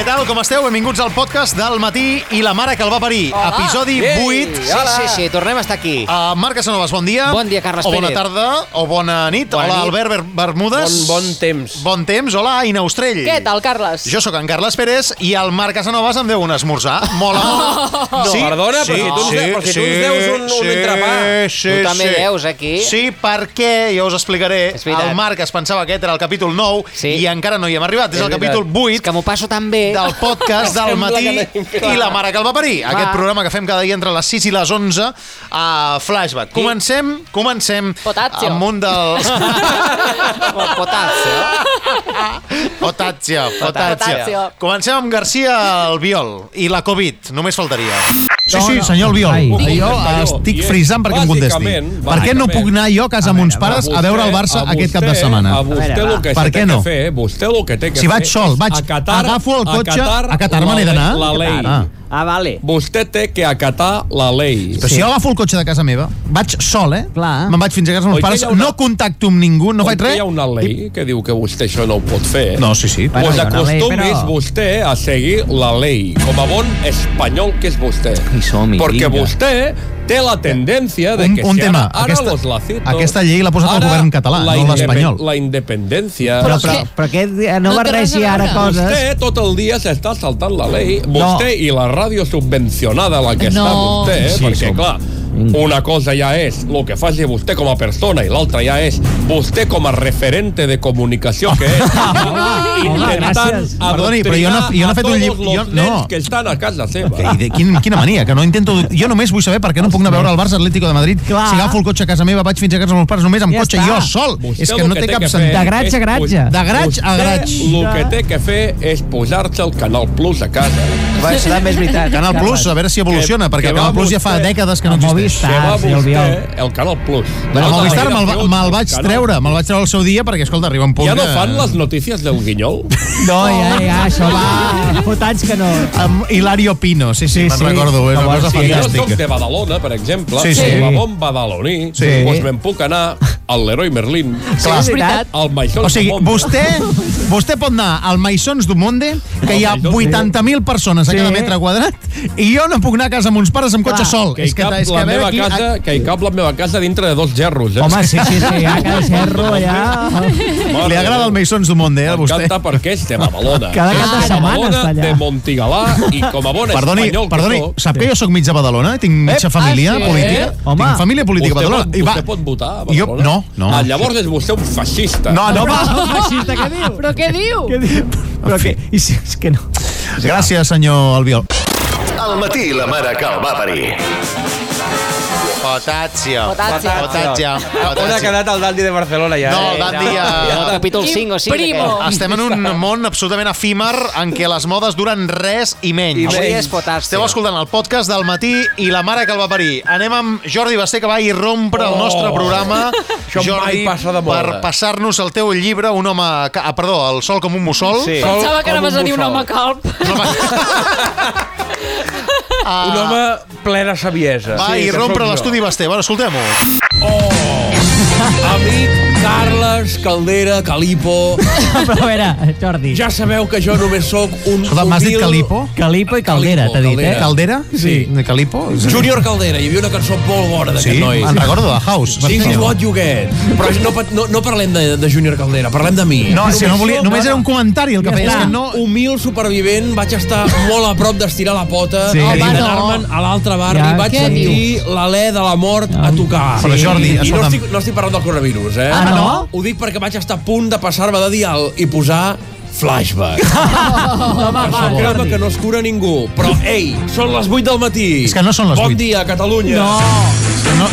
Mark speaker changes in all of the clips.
Speaker 1: Què tal, com esteu? Benvinguts al podcast del matí i la mare que el va parir.
Speaker 2: Hola.
Speaker 1: Episodi
Speaker 3: Ei,
Speaker 1: 8.
Speaker 3: Sí, sí, sí, tornem a estar aquí.
Speaker 1: Ah, Uh, Marc Casanovas, bon dia.
Speaker 3: Bon dia, Carles
Speaker 1: O bona
Speaker 3: Pérez.
Speaker 1: tarda, o bona nit.
Speaker 3: Bona
Speaker 1: hola,
Speaker 3: nit.
Speaker 1: Albert Ber- Bermudes.
Speaker 2: Bon- bon temps.
Speaker 1: Bon temps, hola, Ina Ostrell.
Speaker 4: Què tal, Carles?
Speaker 1: Jo sóc en Carles Pérez i el Marc Casanovas em deu un esmorzar. Mola molt.
Speaker 2: No, perdona, però si tu ens de- però si tu ens deus un- un entrepà.
Speaker 1: Sí,
Speaker 3: Tu també
Speaker 2: eh,
Speaker 3: deus aquí.
Speaker 1: Sí, perquè, ja us explicaré,
Speaker 3: És veritat.
Speaker 1: el Marc es pensava que aquest era el capítol 9
Speaker 3: Sí.
Speaker 1: i encara no hi hem arribat. És,
Speaker 2: És
Speaker 1: el
Speaker 2: veritat.
Speaker 1: capítol
Speaker 3: És
Speaker 1: 8
Speaker 3: que m'ho passo tan bé.
Speaker 1: del podcast del
Speaker 2: Sembla
Speaker 1: matí
Speaker 2: que tenim clar.
Speaker 1: i la mare que el va parir.
Speaker 3: Va.
Speaker 1: Aquest programa que fem cada dia entre les 6 i les 11 a Flashback. Comencem, comencem
Speaker 4: Potatxio.
Speaker 1: amb un dels...
Speaker 3: O Potasio.
Speaker 1: Potatxio, potatxio.
Speaker 4: Potatxio.
Speaker 1: Comencem amb García Albiol i la Covid, només faltaria.
Speaker 5: Sí, sí, senyor Albiol.
Speaker 6: Ai.
Speaker 5: Ai. Jo estic frisant perquè em contesti.
Speaker 2: Bàsicament,
Speaker 5: Per què no puc anar jo a casa amb uns pares a veure el Barça aquest cap de setmana?
Speaker 6: A vostè
Speaker 3: veure,
Speaker 6: el
Speaker 3: va.
Speaker 6: que
Speaker 5: Per
Speaker 6: se
Speaker 5: què
Speaker 6: té
Speaker 5: no?
Speaker 6: que fer, vostè el que té que
Speaker 5: Si
Speaker 6: fer
Speaker 5: vaig sol, vaig,
Speaker 6: és acatar-
Speaker 5: agafo el cotxe, a Qatar me n'he
Speaker 6: la-
Speaker 5: d'anar.
Speaker 6: La ley.
Speaker 5: Ah.
Speaker 3: Ah, vale.
Speaker 6: Vostè té que acatar la ley.
Speaker 5: Però si jo agafo el cotxe de casa meva, vaig sol, eh?
Speaker 3: Clar.
Speaker 5: Me'n vaig fins a casa amb els
Speaker 6: Oi que
Speaker 5: pares,
Speaker 6: hi ha una-
Speaker 5: no contacto amb ningú, no
Speaker 6: Com
Speaker 5: faig
Speaker 6: que
Speaker 5: res.
Speaker 6: Hi ha una ley que diu que vostè això no ho pot fer.
Speaker 5: No, sí, sí.
Speaker 6: Pues
Speaker 5: Bueno,
Speaker 3: una ley,
Speaker 6: acostumis
Speaker 3: però-
Speaker 6: vostè a seguir la ley, com a bon espanyol que és vostè.
Speaker 3: I som-hi,
Speaker 6: Perquè
Speaker 3: vinga.
Speaker 6: vostè té la tendència de
Speaker 5: Un-
Speaker 6: que
Speaker 5: un
Speaker 6: si
Speaker 5: tema.
Speaker 6: ara, ara
Speaker 5: Aquesta-
Speaker 6: los lacitos...
Speaker 5: aquesta llei l'ha posat el
Speaker 6: ara
Speaker 5: govern català,
Speaker 6: la
Speaker 5: no
Speaker 6: indepen-
Speaker 5: l'espanyol.
Speaker 6: La independència...
Speaker 4: Però
Speaker 6: Però,
Speaker 4: és que-
Speaker 6: però,
Speaker 4: Però
Speaker 3: què,
Speaker 4: no No té barregi res a ara veure.
Speaker 6: vostè tot el dia s'està saltant la ley. Vostè i la ràdio subvencionada, la que està
Speaker 4: No.
Speaker 6: vostè, eh?
Speaker 5: Sí,
Speaker 6: perquè,
Speaker 5: som.
Speaker 6: clar, una cosa ja és el que faci vostè com a persona i l'altra ja és vostè com a referente de comunicació que és. Intentant
Speaker 3: gràcies.
Speaker 5: Perdoni, però jo no-
Speaker 6: adoctrinar
Speaker 5: jo no he
Speaker 6: a
Speaker 5: fet un
Speaker 6: tots
Speaker 5: llibre-
Speaker 6: los
Speaker 5: jo-
Speaker 6: nens
Speaker 5: no.
Speaker 6: que estan a casa seva.
Speaker 5: Que- i de- Quin, quina mania, que no intento... Jo només vull saber per què no puc anar a veure el Barça Atlético de Madrid.
Speaker 3: Clar.
Speaker 5: Si agafo el cotxe a casa meva, vaig fins a casa amb els pares només amb
Speaker 3: Ja
Speaker 5: cotxe,
Speaker 3: està.
Speaker 5: jo sol.
Speaker 6: Vostè
Speaker 5: És que
Speaker 6: lo
Speaker 5: no té
Speaker 6: té
Speaker 5: cap
Speaker 6: que fer
Speaker 5: sentit.
Speaker 3: De gratxa a
Speaker 6: és
Speaker 3: gratxa.
Speaker 5: De graig a graig.
Speaker 6: El que té que fer és posar-se el Canal Plus a casa.
Speaker 3: Va, això també és veritat.
Speaker 5: Canal Plus, a veure si evoluciona,
Speaker 6: Que-
Speaker 5: perquè
Speaker 6: que
Speaker 5: el Canal
Speaker 6: va
Speaker 5: Plus ja fa
Speaker 6: vostè.
Speaker 5: dècades que no
Speaker 3: Amb
Speaker 5: existeix.
Speaker 3: Movistar.
Speaker 6: Se va
Speaker 3: Ah, sí,
Speaker 6: vostè
Speaker 3: Albiol.
Speaker 6: el Canal Plus.
Speaker 5: Però el
Speaker 6: Tota la
Speaker 5: Movistar
Speaker 6: vida
Speaker 5: me'l va-
Speaker 6: feu
Speaker 5: me'l vaig
Speaker 6: canal.
Speaker 5: treure, me'l vaig treure el seu dia perquè, escolta, arriba un punt
Speaker 6: Ja no
Speaker 5: que-
Speaker 6: fan les notícies del Guinyol?
Speaker 3: No, ja, ja, això va. Fot anys que no.
Speaker 5: Amb Hilario Pino, sí, sí,
Speaker 3: Sí,
Speaker 5: me'n
Speaker 3: sí.
Speaker 5: recordo, és una
Speaker 3: Home,
Speaker 5: cosa
Speaker 3: sí,
Speaker 6: Jo soc
Speaker 5: fantàstica.
Speaker 6: de Badalona, per exemple,
Speaker 5: Sí,
Speaker 6: sí,
Speaker 5: sí.
Speaker 6: sí. com a bon badaloní,
Speaker 5: Sí.
Speaker 6: sí. doncs me'n puc anar al Leroy Merlin,
Speaker 5: Clar.
Speaker 4: és veritat.
Speaker 6: al Maixol
Speaker 5: O sigui,
Speaker 6: Ramon.
Speaker 5: vostè, vostè pot anar al Maissons du Monde, que hi ha
Speaker 6: Maissons du Monde.
Speaker 5: 80.000 persones a cada
Speaker 3: Sí.
Speaker 5: metre quadrat, i jo no puc anar a casa amb uns pares amb cotxe sol.
Speaker 6: que hi cap
Speaker 5: és
Speaker 6: la
Speaker 5: a veure
Speaker 6: meva
Speaker 5: aquí-
Speaker 6: casa, que hi cap la meva casa dintre de dos gerros, eh?
Speaker 3: Home, sí, sí, sí, ja, cada xerro, ja...
Speaker 6: Mare
Speaker 5: Li agrada
Speaker 6: de
Speaker 5: el
Speaker 6: Déu.
Speaker 5: Maissons du Monde, eh, a vostè?
Speaker 6: M'encanta perquè és de Badalona.
Speaker 3: Cada
Speaker 6: És
Speaker 3: cap de
Speaker 6: de
Speaker 3: setmana
Speaker 6: Badalona,
Speaker 3: està allà.
Speaker 6: De Montigalà i com a bon
Speaker 5: Perdoni,
Speaker 6: espanyol
Speaker 5: perdoni,
Speaker 6: que
Speaker 5: sap que jo sóc mig de Badalona? Tinc mitja família
Speaker 4: sí,
Speaker 5: política?
Speaker 3: eh?
Speaker 5: Tinc
Speaker 3: Home.
Speaker 5: família política a
Speaker 6: vostè,
Speaker 5: Badalona.
Speaker 6: pot,
Speaker 5: I va-
Speaker 6: vostè pot votar a
Speaker 5: Jo-
Speaker 6: Badalona?
Speaker 5: no, no.
Speaker 6: Ah, llavors és vostè un fascista.
Speaker 5: No, no,
Speaker 3: Ah,
Speaker 5: va.
Speaker 3: Feixista, què diu?
Speaker 4: Però què diu?
Speaker 3: Què diu? Però què? I si és que no.
Speaker 5: Gràcies, senyor Albiol.
Speaker 7: Al matí la mare que el va parir.
Speaker 1: Potatxio.
Speaker 4: Potatxio.
Speaker 1: Potatxio.
Speaker 2: On ha quedat el Daldi de Barcelona, ja?
Speaker 1: No,
Speaker 2: eh?
Speaker 1: el Dandi ja...
Speaker 3: Capítol 5 o eh? 6.
Speaker 4: Primo.
Speaker 1: Estem en un món absolutament efímer en què les modes duren res i menys.
Speaker 2: I menys.
Speaker 3: Avui és
Speaker 1: Esteu
Speaker 3: potàstia.
Speaker 1: escoltant el podcast del matí i la mare que el va parir. Anem amb Jordi Basté, que va irrompre oh. el nostre programa.
Speaker 6: Això
Speaker 1: Jordi,
Speaker 6: mai passa de moda.
Speaker 1: per passar-nos el teu llibre, un home... ca- Ah, perdó, el sol com un mussol.
Speaker 2: Sí.
Speaker 4: Pensava que
Speaker 6: Com
Speaker 4: anaves a dir un
Speaker 6: mussol.
Speaker 4: home calp.
Speaker 2: Un home ple de saviesa.
Speaker 1: Ah. Va
Speaker 2: que
Speaker 1: irrompre
Speaker 2: sóc jo.
Speaker 1: l'estudi Basté. Bueno, escoltem-ho.
Speaker 6: Amic Carles Caldera Calipo,
Speaker 3: Però a veure, Jordi,
Speaker 6: ja sabeu que jo només sóc un
Speaker 5: Escolta, m'has dit
Speaker 6: humil-
Speaker 5: Calipo?
Speaker 3: Calipo i Caldera, t'ha dit, eh?
Speaker 5: Caldera? Sí. De Calipo?
Speaker 6: Junior Caldera, hi havia una cançó molt bona d'aquest
Speaker 5: Sí,
Speaker 6: noi.
Speaker 5: me'n recordo de House.
Speaker 6: Sings what you get. Però no, pa- no, no parlem de, de Junior Caldera, parlem de mi.
Speaker 5: No, si no volia, només era un comentari el que
Speaker 3: Ja
Speaker 5: feia.
Speaker 3: està.
Speaker 5: és que No,
Speaker 6: humil supervivent, vaig estar molt a prop d'estirar la pota
Speaker 5: Sí.
Speaker 6: sí. i
Speaker 5: Home, no.
Speaker 6: d'anar-me'n a l'altre barri.
Speaker 3: Ja,
Speaker 6: Ja, vaig
Speaker 3: què
Speaker 6: sentir l'alè de la mort a tocar.
Speaker 5: Ah. Però, Jordi,
Speaker 6: I no
Speaker 5: escolta'm.
Speaker 6: estic, no estic parlant del coronavirus, eh?
Speaker 3: Ah, no?
Speaker 6: Ho dic perquè vaig estar a punt de passar-me de dial i posar flashback.
Speaker 3: Home,
Speaker 6: Ah, Creu que no es cura ningú, però ei, són les 8 del matí.
Speaker 5: És que no són les
Speaker 6: bon
Speaker 5: vuit.
Speaker 6: Bon dia, Catalunya.
Speaker 3: No,
Speaker 5: és que no,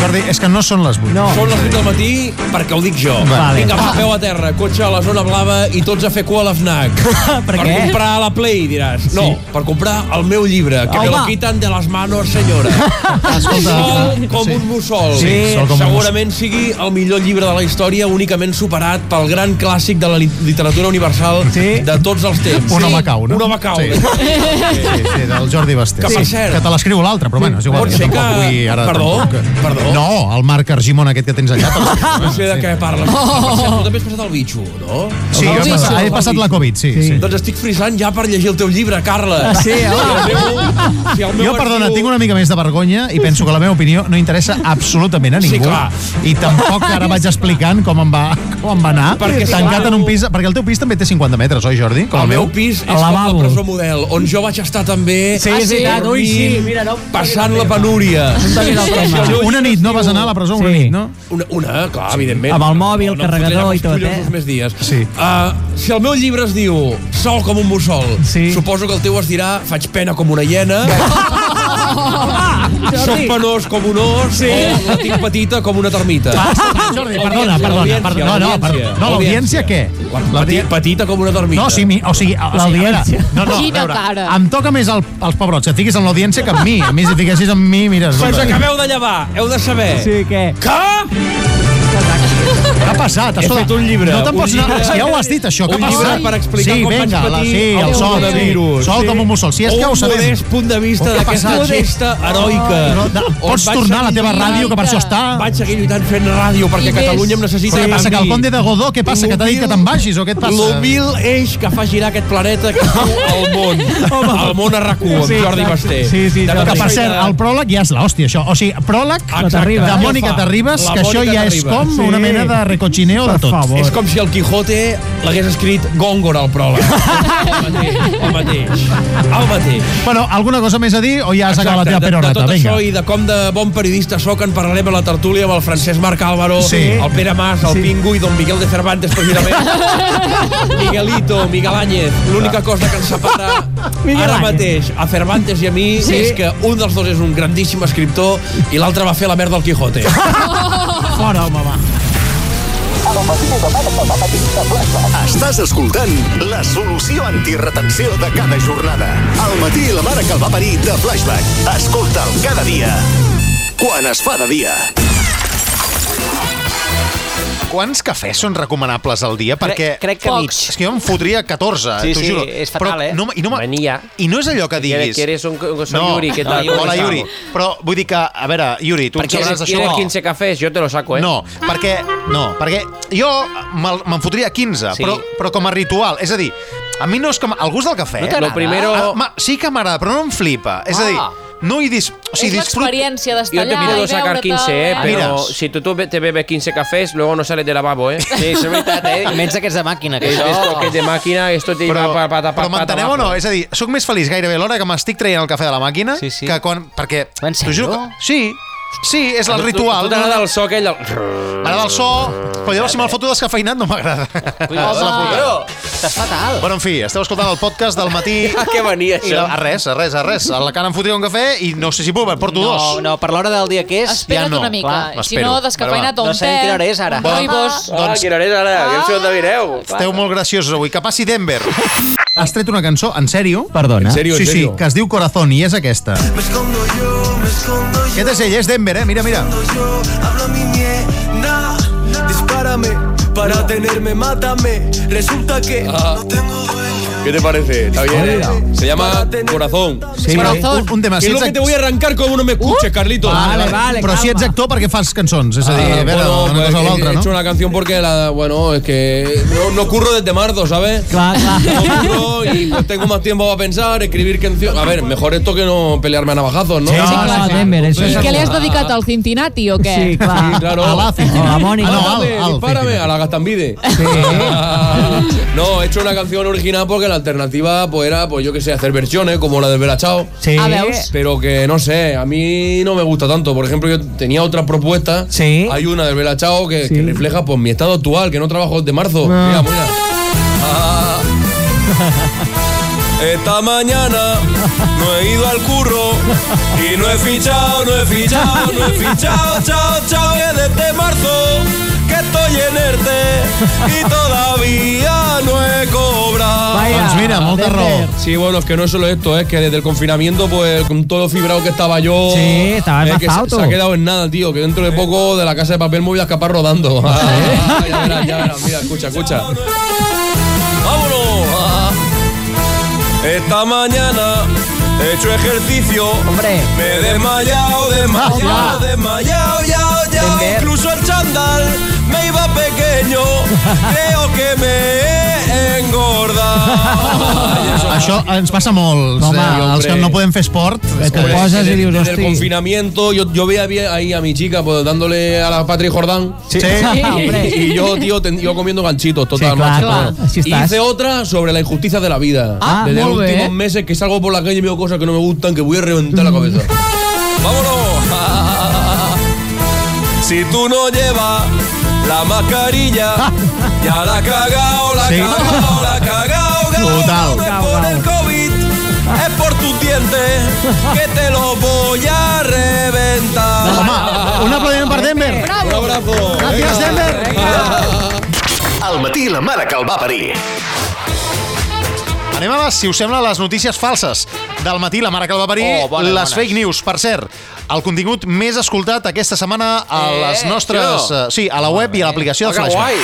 Speaker 5: Jordi, és que no són les 8.
Speaker 3: no.
Speaker 6: Són les 8 del matí perquè ho dic jo.
Speaker 3: Vale.
Speaker 6: Vinga, va, peu a terra, cotxe a la zona blava i tots a fer cua a l'FNAC.
Speaker 3: Per
Speaker 6: per
Speaker 3: què?
Speaker 6: comprar la Play, diràs. No, per comprar el meu llibre, que me lo
Speaker 3: Home.
Speaker 6: quitan de les manos, senyora.
Speaker 5: Escolta,
Speaker 6: Sol com un mussol.
Speaker 5: Sí, sol com un
Speaker 6: Segurament sigui el millor llibre de la història, únicament superat pel gran clàssic de la li- literatura universal
Speaker 3: Sí.
Speaker 6: de tots els temps.
Speaker 5: Un home cau, no?
Speaker 6: Un home cau.
Speaker 5: Sí. Sí, sí, del Jordi Basté.
Speaker 6: Que, per
Speaker 5: Sí,
Speaker 6: cert-
Speaker 5: Que te l'escriu l'altre, però bueno, és igual.
Speaker 6: Pot
Speaker 5: jo
Speaker 6: ser que
Speaker 5: tampoc vull ara...
Speaker 2: Perdó?
Speaker 5: Tampoc.
Speaker 2: Perdó?
Speaker 5: No, el Marc Argimon aquest que tens allà. tampoc.
Speaker 2: No sé de què parles.
Speaker 8: Per cert, tu també has passat el bitxo, no?
Speaker 5: Sí,
Speaker 6: El
Speaker 5: he
Speaker 6: Covid,
Speaker 5: passat,
Speaker 6: el
Speaker 5: he passat la Covid, sí.
Speaker 6: Sí.
Speaker 5: sí.
Speaker 2: Doncs estic frisant ja per llegir el teu llibre, Carles.
Speaker 6: Sí, home.
Speaker 2: Si el meu- si el meu
Speaker 5: Jo, perdona,
Speaker 2: arxiu-
Speaker 5: tinc una mica més de vergonya i penso que la meva opinió no interessa absolutament a
Speaker 2: Sí,
Speaker 5: ningú.
Speaker 2: clar.
Speaker 5: I tampoc ara vaig explicant com em va, com em va anar.
Speaker 2: Perquè,
Speaker 5: tancat
Speaker 2: clar,
Speaker 5: en un pis... Perquè el teu pis també té 50 metres, oi, Jordi? Com
Speaker 2: El meu pis és
Speaker 6: Al
Speaker 2: com la
Speaker 6: lavabo.
Speaker 2: presó model, on jo vaig estar també... Ah,
Speaker 6: Sí, és veritat, ui, sí, mira, no em toquis
Speaker 2: Passant
Speaker 6: el
Speaker 2: la
Speaker 6: tema.
Speaker 2: penúria.
Speaker 6: toquis el tema.
Speaker 2: Això no-
Speaker 5: Una nit no vas anar a la presó, una
Speaker 6: Sí.
Speaker 5: nit, no?
Speaker 2: Una, una clar, evidentment.
Speaker 6: Amb el mòbil,
Speaker 2: em fotré
Speaker 6: carregador
Speaker 2: amb
Speaker 6: i tot,
Speaker 2: els collons
Speaker 6: eh?
Speaker 2: els més dies.
Speaker 5: Sí.
Speaker 2: Uh, si el meu llibre es diu Sol com un mussol,
Speaker 6: Sí.
Speaker 2: suposo que el teu es dirà Faig pena com una hiena, Soc penós com un os, sí. o La tinc petita com una termita.
Speaker 5: Jordi, Ah, perdona, perdona, perdona. No, no, perdona. No, l'audiència què?
Speaker 2: La, peti, petita com una termita.
Speaker 5: No, sí, mi, o sigui, o sigui, a veure,
Speaker 6: L'audiència.
Speaker 5: no, no, a
Speaker 9: Quina
Speaker 5: veure,
Speaker 9: cara.
Speaker 5: em toca més el, els pebrots, que et fiquis en l'audiència que amb mi. A mi, si et fiquessis amb mi, mira...
Speaker 2: Quan us
Speaker 5: escolta,
Speaker 2: acabeu de llevar, heu de saber...
Speaker 6: Sí, què?
Speaker 2: Que...
Speaker 5: Què ha passat?
Speaker 2: He fet un llibre,
Speaker 5: No te'n
Speaker 2: un
Speaker 5: pots anar...
Speaker 2: llibre-
Speaker 5: Si ja ho has dit, això.
Speaker 2: Un
Speaker 5: què passa?
Speaker 2: llibre per explicar
Speaker 5: sí,
Speaker 2: com vaig
Speaker 5: vinga, la,
Speaker 2: patir
Speaker 5: sí,
Speaker 2: el
Speaker 5: el sol, sí.
Speaker 2: coronavirus,
Speaker 5: Sol
Speaker 2: sí.
Speaker 5: com un mussol. Si és que ja ho
Speaker 2: un
Speaker 5: sabem.
Speaker 2: modest punt de vista
Speaker 5: Què ha
Speaker 2: d'aquesta
Speaker 5: passat? Oh,
Speaker 2: gesta heroica.
Speaker 6: Oh.
Speaker 5: No, no,
Speaker 2: On
Speaker 5: pots
Speaker 2: vaig
Speaker 5: tornar a la
Speaker 2: seguir
Speaker 5: teva
Speaker 2: lluitant-
Speaker 5: ràdio, que per això està...
Speaker 2: Vaig seguir lluitant fent ràdio perquè
Speaker 9: I més.
Speaker 2: Catalunya em necessita
Speaker 5: Però què
Speaker 2: a
Speaker 5: passa, que el
Speaker 2: mi.
Speaker 5: conde de Godó, què passa, que t'ha dit que te'n vagis, o què et passa?
Speaker 2: L'humil eix que fa girar aquest planeta que es diu el món. el món a RAC1, amb Jordi Basté.
Speaker 6: Sí, sí,
Speaker 2: De
Speaker 6: Jordi.
Speaker 5: Que,
Speaker 2: tota
Speaker 5: per
Speaker 2: la
Speaker 5: cert,
Speaker 2: vida.
Speaker 5: el pròleg ja és l'hòstia, això. O sigui, pròleg
Speaker 2: Exacte.
Speaker 5: de
Speaker 6: T'arriba. eh?
Speaker 5: Mònica
Speaker 2: Fa.
Speaker 5: Terribas,
Speaker 2: La
Speaker 5: que això
Speaker 2: Mònica
Speaker 5: ja és
Speaker 2: Terribas.
Speaker 5: com
Speaker 6: Sí.
Speaker 5: una mena de recochineo de
Speaker 6: Per
Speaker 5: tot.
Speaker 6: favor.
Speaker 2: És com si el Quijote l'hagués escrit Góngora al pròleg. el mateix, el mateix. El mateix.
Speaker 5: Bueno, alguna cosa més a dir o ja has acabat la teva
Speaker 2: Exacte, de, de
Speaker 5: perorata?
Speaker 2: tot
Speaker 5: Vinga.
Speaker 2: això i de com de bon periodista sóc en parlarem a la tertúlia amb el Francesc Marc Álvaro,
Speaker 5: Sí.
Speaker 2: el Pere Mas, el
Speaker 6: Sí.
Speaker 2: Pingu i don Miguel de Cervantes, precisament. Miguelito, Miguel Áñez. L'única cosa que ens separa
Speaker 6: Miguel
Speaker 2: ara
Speaker 6: Áñez.
Speaker 2: mateix a Cervantes i a mi
Speaker 6: Sí.
Speaker 2: és que un dels dos és un grandíssim escriptor i l'altre va fer la merda al Quijote.
Speaker 6: Fora, home, va.
Speaker 7: Estàs escoltant la solució antiretenció de cada jornada. Al matí la mare que el va parir de Flashback. Escolta'l cada dia. Quan es fa de dia.
Speaker 10: Quants cafès són recomanables al dia? Perquè...
Speaker 8: Crec que
Speaker 9: Pocs.
Speaker 8: mig.
Speaker 10: És que jo em fotria 14,
Speaker 8: Sí,
Speaker 10: t'ho
Speaker 8: sí,
Speaker 10: juro.
Speaker 8: és fatal,
Speaker 10: però
Speaker 8: eh?
Speaker 10: No, i, no, me-
Speaker 8: Mania.
Speaker 10: I no és allò
Speaker 8: Que
Speaker 10: que diguis...
Speaker 8: que eres un, un soy Yuri, ¿qué tal?
Speaker 10: Hola,
Speaker 8: ¿Cómo
Speaker 10: Yuri.
Speaker 8: estamos?
Speaker 10: Però vull dir que, a veure, Yuri, tu en
Speaker 8: Porque
Speaker 10: sabràs
Speaker 8: eres,
Speaker 10: d'això.
Speaker 8: eres 15 cafés, yo te lo saco, ¿eh?
Speaker 10: No, perquè, no, perquè jo me'l- me'n fotria 15,
Speaker 8: Sí.
Speaker 10: però, però com a ritual. És a dir, a mi no és com... El gust del cafè...
Speaker 8: No t'agrada? Lo primero-
Speaker 10: Ah, ma, sí que m'agrada, però no em flipa. És a dir,
Speaker 8: Ah.
Speaker 10: no hi dis... O
Speaker 9: és
Speaker 10: sigui, disfruto...
Speaker 9: l'experiència d'estar
Speaker 8: Yo te
Speaker 9: allà
Speaker 8: puedo
Speaker 9: i
Speaker 8: sacar
Speaker 9: veure-te'l.
Speaker 8: 15, ¿eh?
Speaker 10: Mira.
Speaker 8: Pero si tú, tú te bebes 15 cafés, luego no sales del lavabo, ¿eh? Sí, es verdad, ¿eh?
Speaker 6: Menys aquests de màquina,
Speaker 8: Esto, que es de máquina, esto te
Speaker 10: Però,
Speaker 8: va para tapar.
Speaker 10: però m'enteneu o no? És a dir, sóc més feliç gairebé l'hora que m'estic traient el cafè de la màquina
Speaker 8: Sí, sí.
Speaker 10: que quan... Perquè...
Speaker 6: En
Speaker 10: t'ho juro
Speaker 6: sèrio?
Speaker 10: que- Sí, sí, és el
Speaker 8: Tu,
Speaker 10: ritual.
Speaker 8: tu t'agrada el so aquell... El...
Speaker 10: M'agrada el so, però llavors si me'l foto descafeinat no m'agrada.
Speaker 8: Home,
Speaker 6: Estàs fatal.
Speaker 10: Bueno, en fi, esteu escoltant el podcast del matí.
Speaker 8: a què venia
Speaker 10: I
Speaker 8: això?
Speaker 10: la, a res, a res, a res. A la cara em fotria un cafè i no sé si puc, porto dos.
Speaker 6: no, per l'hora del dia que
Speaker 10: ja
Speaker 9: Espera't
Speaker 10: no,
Speaker 9: una mica.
Speaker 10: clar,
Speaker 9: si
Speaker 10: m'espero.
Speaker 9: no, descafeïnat
Speaker 10: Va,
Speaker 9: o
Speaker 6: va.
Speaker 9: un
Speaker 6: No sé en quina hora és, ara.
Speaker 9: un rooibos.
Speaker 8: Ah,
Speaker 10: Doncs
Speaker 8: quina hora és ara? Ah. Hem sigut de Vireu.
Speaker 10: esteu molt graciosos avui. Que passi Denver.
Speaker 5: Has tret una cançó, en sèrio?
Speaker 6: Perdona.
Speaker 2: En sèrio, en
Speaker 5: sí, sí,
Speaker 2: sèrio.
Speaker 5: que es diu Corazón i és aquesta. Aquest és ell, és Denver, eh? Mira, mira.
Speaker 11: Habla mi nena, dispárame para tenerme, mátame. Resulta que
Speaker 2: Ah.
Speaker 11: no tengo dueño.
Speaker 2: ¿Qué te parece? Está bien, ¿eh? Se llama Corazón.
Speaker 5: Sí,
Speaker 9: Corazón.
Speaker 5: un, un tema. Si
Speaker 2: Que es lo
Speaker 5: ets
Speaker 2: que te voy a
Speaker 5: ac-
Speaker 2: arrancar como no me escuches, Carlitos.
Speaker 6: Vale, vale,
Speaker 5: Però si
Speaker 6: calma.
Speaker 5: ets actor, perquè fas cançons? És a dir,
Speaker 2: Ah,
Speaker 5: a veure,
Speaker 2: bueno,
Speaker 5: una
Speaker 2: pues,
Speaker 5: cosa o
Speaker 2: he-
Speaker 5: l'altra,
Speaker 2: he hecho
Speaker 5: no?
Speaker 2: una canción porque la, bueno, es que no, no curro desde marzo, ¿sabes?
Speaker 6: Clar, clar.
Speaker 2: No curro y pues tengo más tiempo para pensar, escribir canciones. A ver, mejor esto que no pelearme a navajazos, ¿no? Ah,
Speaker 5: Sí,
Speaker 6: Sí, clar, Denver, això
Speaker 9: I
Speaker 6: és...
Speaker 9: què li has dedicat al Cincinnati o què?
Speaker 6: Sí, clar.
Speaker 2: Sí, claro.
Speaker 5: A la
Speaker 6: O la Mònica.
Speaker 5: Ah, no, al,
Speaker 2: Párame,
Speaker 5: al,
Speaker 2: dispárame, a la Gastambide. Ah, no, he hecho una canción original porque la alternativa pues era, pues yo que sé, hacer versiones como la del Vera Chao.
Speaker 6: Sí.
Speaker 9: A veus?
Speaker 2: Pero que no sé, a mí no me gusta tanto. Por ejemplo, yo tenía otra propuesta.
Speaker 6: Sí.
Speaker 2: Hay una del Bela Chao que,
Speaker 6: Sí.
Speaker 2: que refleja pues, mi estado actual, que no trabajo desde marzo. Mira, mira. Ah. Esta mañana no he ido al curro y no he fichado, no he fichado, no he fichado, chao, chao, que desde marzo que estoy en ERTE y todavía no he cobrado.
Speaker 6: Vaya,
Speaker 5: Doncs mira, molta
Speaker 6: Denver.
Speaker 5: raó.
Speaker 2: Sí, bueno, es que no es solo esto, es que desde el confinamiento, pues con todo lo fibrado que estaba yo.
Speaker 6: Sí, estabas
Speaker 2: eh, que se,
Speaker 6: mazao tú.
Speaker 2: se ha quedado en nada, tío. Que dentro de poco de la casa de papel me voy a escapar rodando. Ah, ya verás, ya verás. Mira, escucha, escucha. ¡Vámonos! Ah. Esta mañana
Speaker 6: He hecho ejercicio.
Speaker 3: Hombre.
Speaker 6: Me he desmayado, desmayado,
Speaker 3: Ya.
Speaker 6: desmayado, ya, ya.
Speaker 3: Entender.
Speaker 6: Incluso el chandal me iba pequeño. Creo que me he engordado. Ay, eso-
Speaker 5: Això ens passa molt.
Speaker 3: Home,
Speaker 5: Home, eh, els que
Speaker 6: hombre.
Speaker 5: no podem fer esport. eh,
Speaker 3: Es que poses y dius,
Speaker 6: Desde el
Speaker 3: hosti.
Speaker 6: confinamiento, yo, yo veía bien ahí a mi chica pues, dándole a la Patrick Jordán.
Speaker 5: Sí.
Speaker 3: Sí, hombre.
Speaker 6: Y yo, tío, ten- yo comiendo ganchitos, total.
Speaker 3: Sí, claro,
Speaker 6: macho.
Speaker 3: claro. Así estás.
Speaker 6: pues. Hice otra sobre la injusticia de la vida.
Speaker 4: Ah,
Speaker 6: Desde los
Speaker 4: muy bien.
Speaker 6: últimos meses que salgo por la calle y veo cosas que no me gustan, que voy a reventar la cabeza. ¡Vámonos! si tú no llevas la mascarilla, ya la cagao, la
Speaker 5: Sí.
Speaker 6: cagao, la cagao, cagao,
Speaker 5: Total.
Speaker 6: no es por el COVID, es por tus dientes, que te lo voy a reventar.
Speaker 5: Home, un aplaudiment per Denver.
Speaker 6: Un abrazo.
Speaker 5: Gràcies, Denver.
Speaker 7: Al matí la mare que el va parir.
Speaker 1: Anem a les, si us sembla, les notícies falses del matí, la mare que el va parir,
Speaker 2: Oh, bones,
Speaker 1: les
Speaker 2: bones.
Speaker 1: fake news. Per cert, el contingut més escoltat aquesta setmana a
Speaker 2: Eh,
Speaker 1: les nostres...
Speaker 2: tio.
Speaker 1: eh, sí, a la web i a
Speaker 10: Oh,
Speaker 1: l'aplicació de
Speaker 2: que
Speaker 1: Flashback.
Speaker 2: guai.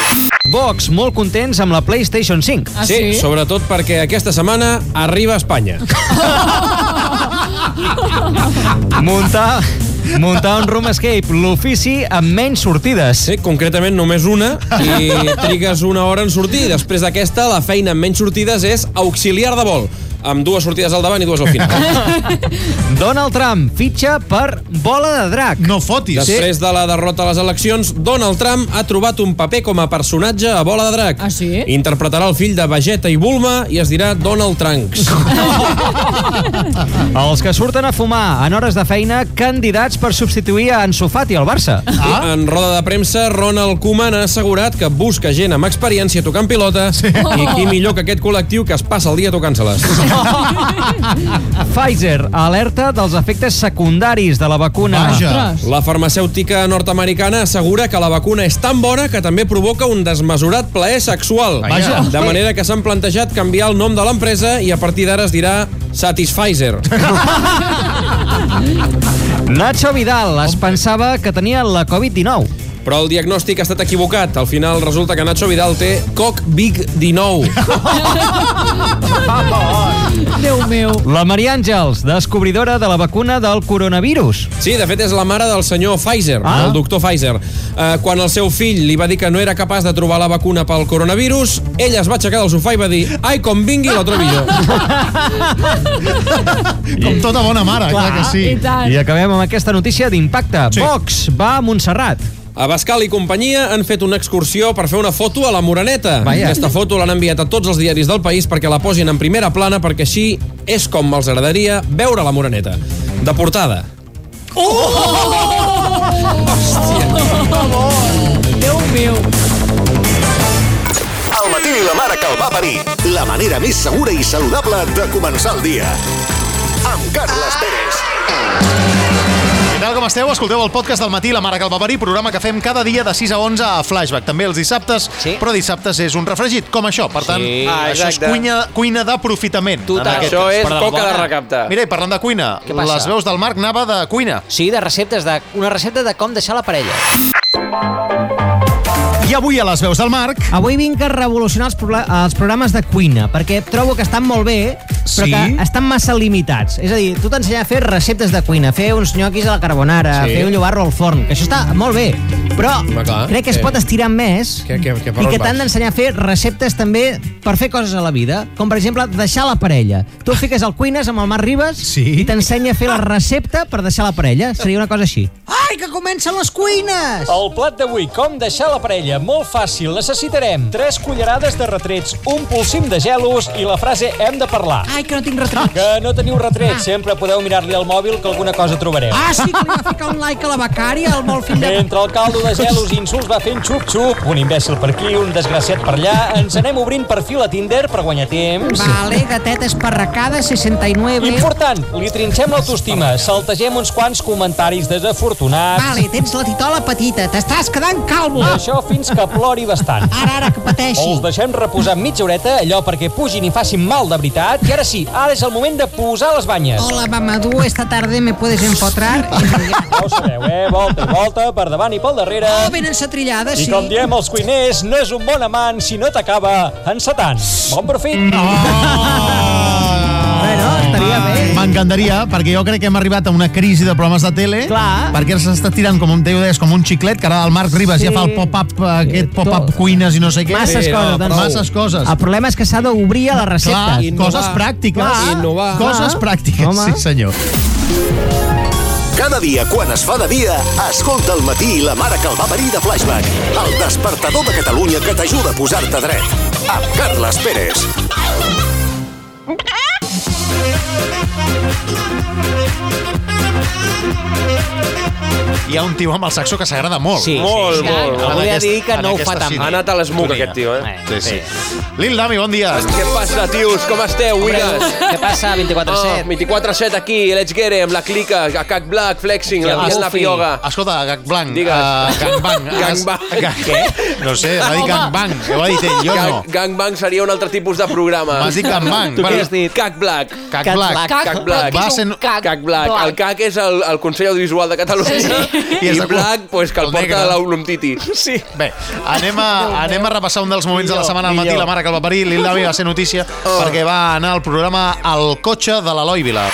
Speaker 12: Vox, molt contents amb la PlayStation 5.
Speaker 4: Ah,
Speaker 2: Sí,
Speaker 4: sí?
Speaker 2: sobretot perquè aquesta setmana arriba a Espanya.
Speaker 12: Muntar, muntar un room escape, l'ofici amb menys sortides.
Speaker 2: Sí, concretament només una, i trigues una hora en sortir. Després d'aquesta, la feina amb menys sortides és auxiliar de vol, amb dues sortides al davant i dues al final.
Speaker 12: Donald Trump fitxa per bola de drac.
Speaker 5: No fotis.
Speaker 2: Després de la derrota a les eleccions, Donald Trump ha trobat un paper com a personatge a bola de drac.
Speaker 4: Ah, sí?
Speaker 2: Interpretarà el fill de Vegeta i Bulma i es dirà Donald Trunks.
Speaker 12: Els que surten a fumar en hores de feina, candidats per substituir a Ansu Fati al Barça.
Speaker 2: Ah? En roda de premsa, Ronald Koeman ha assegurat que busca gent amb experiència tocant pilota sí. i qui millor que aquest col·lectiu que es passa el dia tocant-se-les.
Speaker 12: Pfizer alerta dels efectes secundaris de la vacuna.
Speaker 5: Vaja.
Speaker 4: Ostres.
Speaker 2: La farmacèutica nord-americana assegura que la vacuna és tan bona que també provoca un desmesurat plaer sexual.
Speaker 5: Vaja.
Speaker 2: De manera que s'han plantejat canviar el nom de l'empresa i a partir d'ara es dirà Satisfizer.
Speaker 12: Nacho Vidal es pensava que tenia la Covid-19.
Speaker 2: Però el diagnòstic ha estat equivocat. Al final resulta que Nacho Vidal té coc big 19.
Speaker 4: Déu meu.
Speaker 12: La Maria Àngels, descobridora de la vacuna del coronavirus.
Speaker 2: Sí, de fet és la mare del senyor Pfizer, ah.
Speaker 12: Ah.
Speaker 2: el doctor Pfizer. Eh, quan el seu fill li va dir que no era capaç de trobar la vacuna pel coronavirus, ella es va aixecar del sofà i va dir «Ai, com vingui, la trobi jo».
Speaker 5: Com tota bona mare, clar, que sí.
Speaker 4: I tant.
Speaker 12: I acabem amb aquesta notícia d'impacte.
Speaker 5: Sí.
Speaker 12: Vox va a Montserrat.
Speaker 2: Abascal i companyia han fet una excursió per fer una foto a la Moreneta.
Speaker 12: Vaja.
Speaker 2: Aquesta foto l'han enviat a tots els diaris del país perquè la posin en primera plana perquè així és com els agradaria veure la Moreneta. De portada.
Speaker 3: Oh!
Speaker 4: Déu meu.
Speaker 7: Al matí la mare que el va parir. La manera més segura i saludable de començar el dia. Amb Carles Pérez.
Speaker 1: Què tal, com esteu? Escolteu el podcast del matí, la mare que el va parir, programa que fem cada dia de 6 a 11 a Flashback. També els dissabtes, sí. però dissabtes és un refregit, com això. Per tant, sí.
Speaker 13: Ah,
Speaker 1: això és
Speaker 13: exacte.
Speaker 1: cuina, cuina d'aprofitament.
Speaker 13: Total.
Speaker 1: en aquest
Speaker 13: Això
Speaker 1: cas.
Speaker 13: és
Speaker 1: Perdó,
Speaker 13: coca de
Speaker 1: bona.
Speaker 13: recaptar.
Speaker 1: Mira, i parlant de cuina,
Speaker 10: Què passa?
Speaker 1: les veus del Marc anava de cuina.
Speaker 10: Sí, de receptes, de, una recepta de com deixar la parella.
Speaker 5: I avui a les veus del Marc...
Speaker 12: Avui vinc a revolucionar els, proble- els programes de cuina, perquè trobo que estan molt bé, però
Speaker 5: Sí?
Speaker 12: que estan massa limitats. És a dir, tu t'ensenyar a fer receptes de cuina, fer uns nyoquis a la carbonara,
Speaker 2: Sí.
Speaker 12: sí. fer un llobarro al forn, que això està molt bé, però
Speaker 2: Home, clar.
Speaker 12: crec que es
Speaker 2: Sí.
Speaker 12: pot estirar més
Speaker 2: Que- que- que per
Speaker 12: i
Speaker 2: on
Speaker 12: que
Speaker 2: vas?
Speaker 12: t'han d'ensenyar a fer receptes també per fer coses a la vida, com per exemple deixar la parella. Tu et fiques al Cuines amb el Marc Ribas
Speaker 5: Sí.
Speaker 12: i t'ensenya a fer la recepta per deixar la parella. Seria una cosa així. Ai, que comencen les cuines!
Speaker 10: El plat d'avui, com deixar la parella, molt fàcil. Necessitarem 3 cullerades de retrets, un polsim de gelos i la frase hem de parlar.
Speaker 12: Ai, que no tinc retrats.
Speaker 10: Que no teniu retrets, sempre podeu mirar-li al mòbil que alguna cosa trobareu.
Speaker 12: Ah, sí, que li va ficar un like a la becària, el molt fill de...
Speaker 10: Mentre el caldo de gelos i insults va fent xup-xup, un imbècil per aquí, un desgraciat per allà, ens anem obrint perfil a Tinder per guanyar temps.
Speaker 12: Vale, gatetes esparracada, 69.
Speaker 10: Important, li trinxem l'autoestima, saltegem uns quants comentaris desafortunats,
Speaker 12: Vale, tens la titola petita, t'estàs quedant calvo.
Speaker 10: i això fins que plori bastant.
Speaker 12: Ara, ara, que
Speaker 10: O els
Speaker 12: pateixi.
Speaker 10: deixem reposar mitja horeta, allò perquè pugin i facin mal de veritat, i ara sí, ara és el moment de posar les banyes.
Speaker 12: Hola, Mamadou, esta tarde me puedes empotrar.
Speaker 10: Ja ho sabeu, eh? Volta i volta, per davant i pel darrere.
Speaker 12: Oh, venen satrillada,
Speaker 10: Ah. I
Speaker 12: sí.
Speaker 10: com diem els cuiners, no és un bon amant si no t'acaba encetant. Bon profit!
Speaker 12: Ah! Bueno, Estaria bé.
Speaker 5: M'encantaria, perquè jo crec que hem arribat a una crisi de programes de tele, Clar. perquè s'està tirant, com un teu deies, com un xiclet, que ara el Marc Ribas
Speaker 12: Sí.
Speaker 5: sí. ja fa el pop-up, eh, aquest pop-up cuines i no sé què.
Speaker 12: Masses
Speaker 5: Sí,
Speaker 12: coses,
Speaker 5: no,
Speaker 12: doncs.
Speaker 5: Masses coses.
Speaker 12: El problema és que s'ha d'obrir a les
Speaker 5: Clar,
Speaker 12: receptes.
Speaker 5: coses pràctiques. Coses pràctiques,
Speaker 12: Home.
Speaker 5: sí senyor.
Speaker 7: Cada dia, quan es fa de dia, escolta el matí i la mare que el va parir de Flashback. El despertador de Catalunya que t'ajuda a posar-te dret. Amb Carles Pérez.
Speaker 1: Hi ha un tio amb el saxo que s'agrada molt.
Speaker 6: Sí, sí, Molt, sí. molt, molt. Volia dir que no ho fa tan
Speaker 1: mal.
Speaker 6: mal. Ha anat a l'esmuc, aquest tio, eh?
Speaker 1: Sí, sí. Lil Dami, bon dia.
Speaker 6: Què passa, tios? Com esteu, Wigas?
Speaker 13: què passa, 24/7?
Speaker 6: Oh, 24-7 aquí, Let's Get Em, la clica, a Cac Black, Flexing,
Speaker 1: I
Speaker 6: la
Speaker 1: el
Speaker 6: Tia en la
Speaker 1: Buffy.
Speaker 6: Pioga.
Speaker 1: Escolta, Gag Blanc.
Speaker 6: Digues.
Speaker 1: eh, gangbang.
Speaker 6: Gangbang.
Speaker 1: Has- Què? No sé, m'ha dit gangbang. Ho ha dit ell, jo
Speaker 6: Gang-
Speaker 1: no.
Speaker 6: Gangbang seria un altre tipus de programa.
Speaker 1: M'has dit gangbang. Tu què Bueno, has
Speaker 6: dit? Cac Black.
Speaker 1: Cac Cac Black. Black.
Speaker 6: Cac Black.
Speaker 1: Però què és un
Speaker 6: cac, Black. El cac és el, el Consell Audiovisual de Catalunya. Sí. I,
Speaker 1: és de
Speaker 6: Black, pues, que el,
Speaker 1: el
Speaker 6: porta
Speaker 1: negre.
Speaker 6: la Unumtiti. Sí.
Speaker 1: Bé, anem a, anem a repassar un dels moments de la setmana al matí.
Speaker 6: millor. Oh.
Speaker 1: La mare que el va parir, Lil Dami, va ser notícia perquè va anar al programa El cotxe de l'Eloi Vila.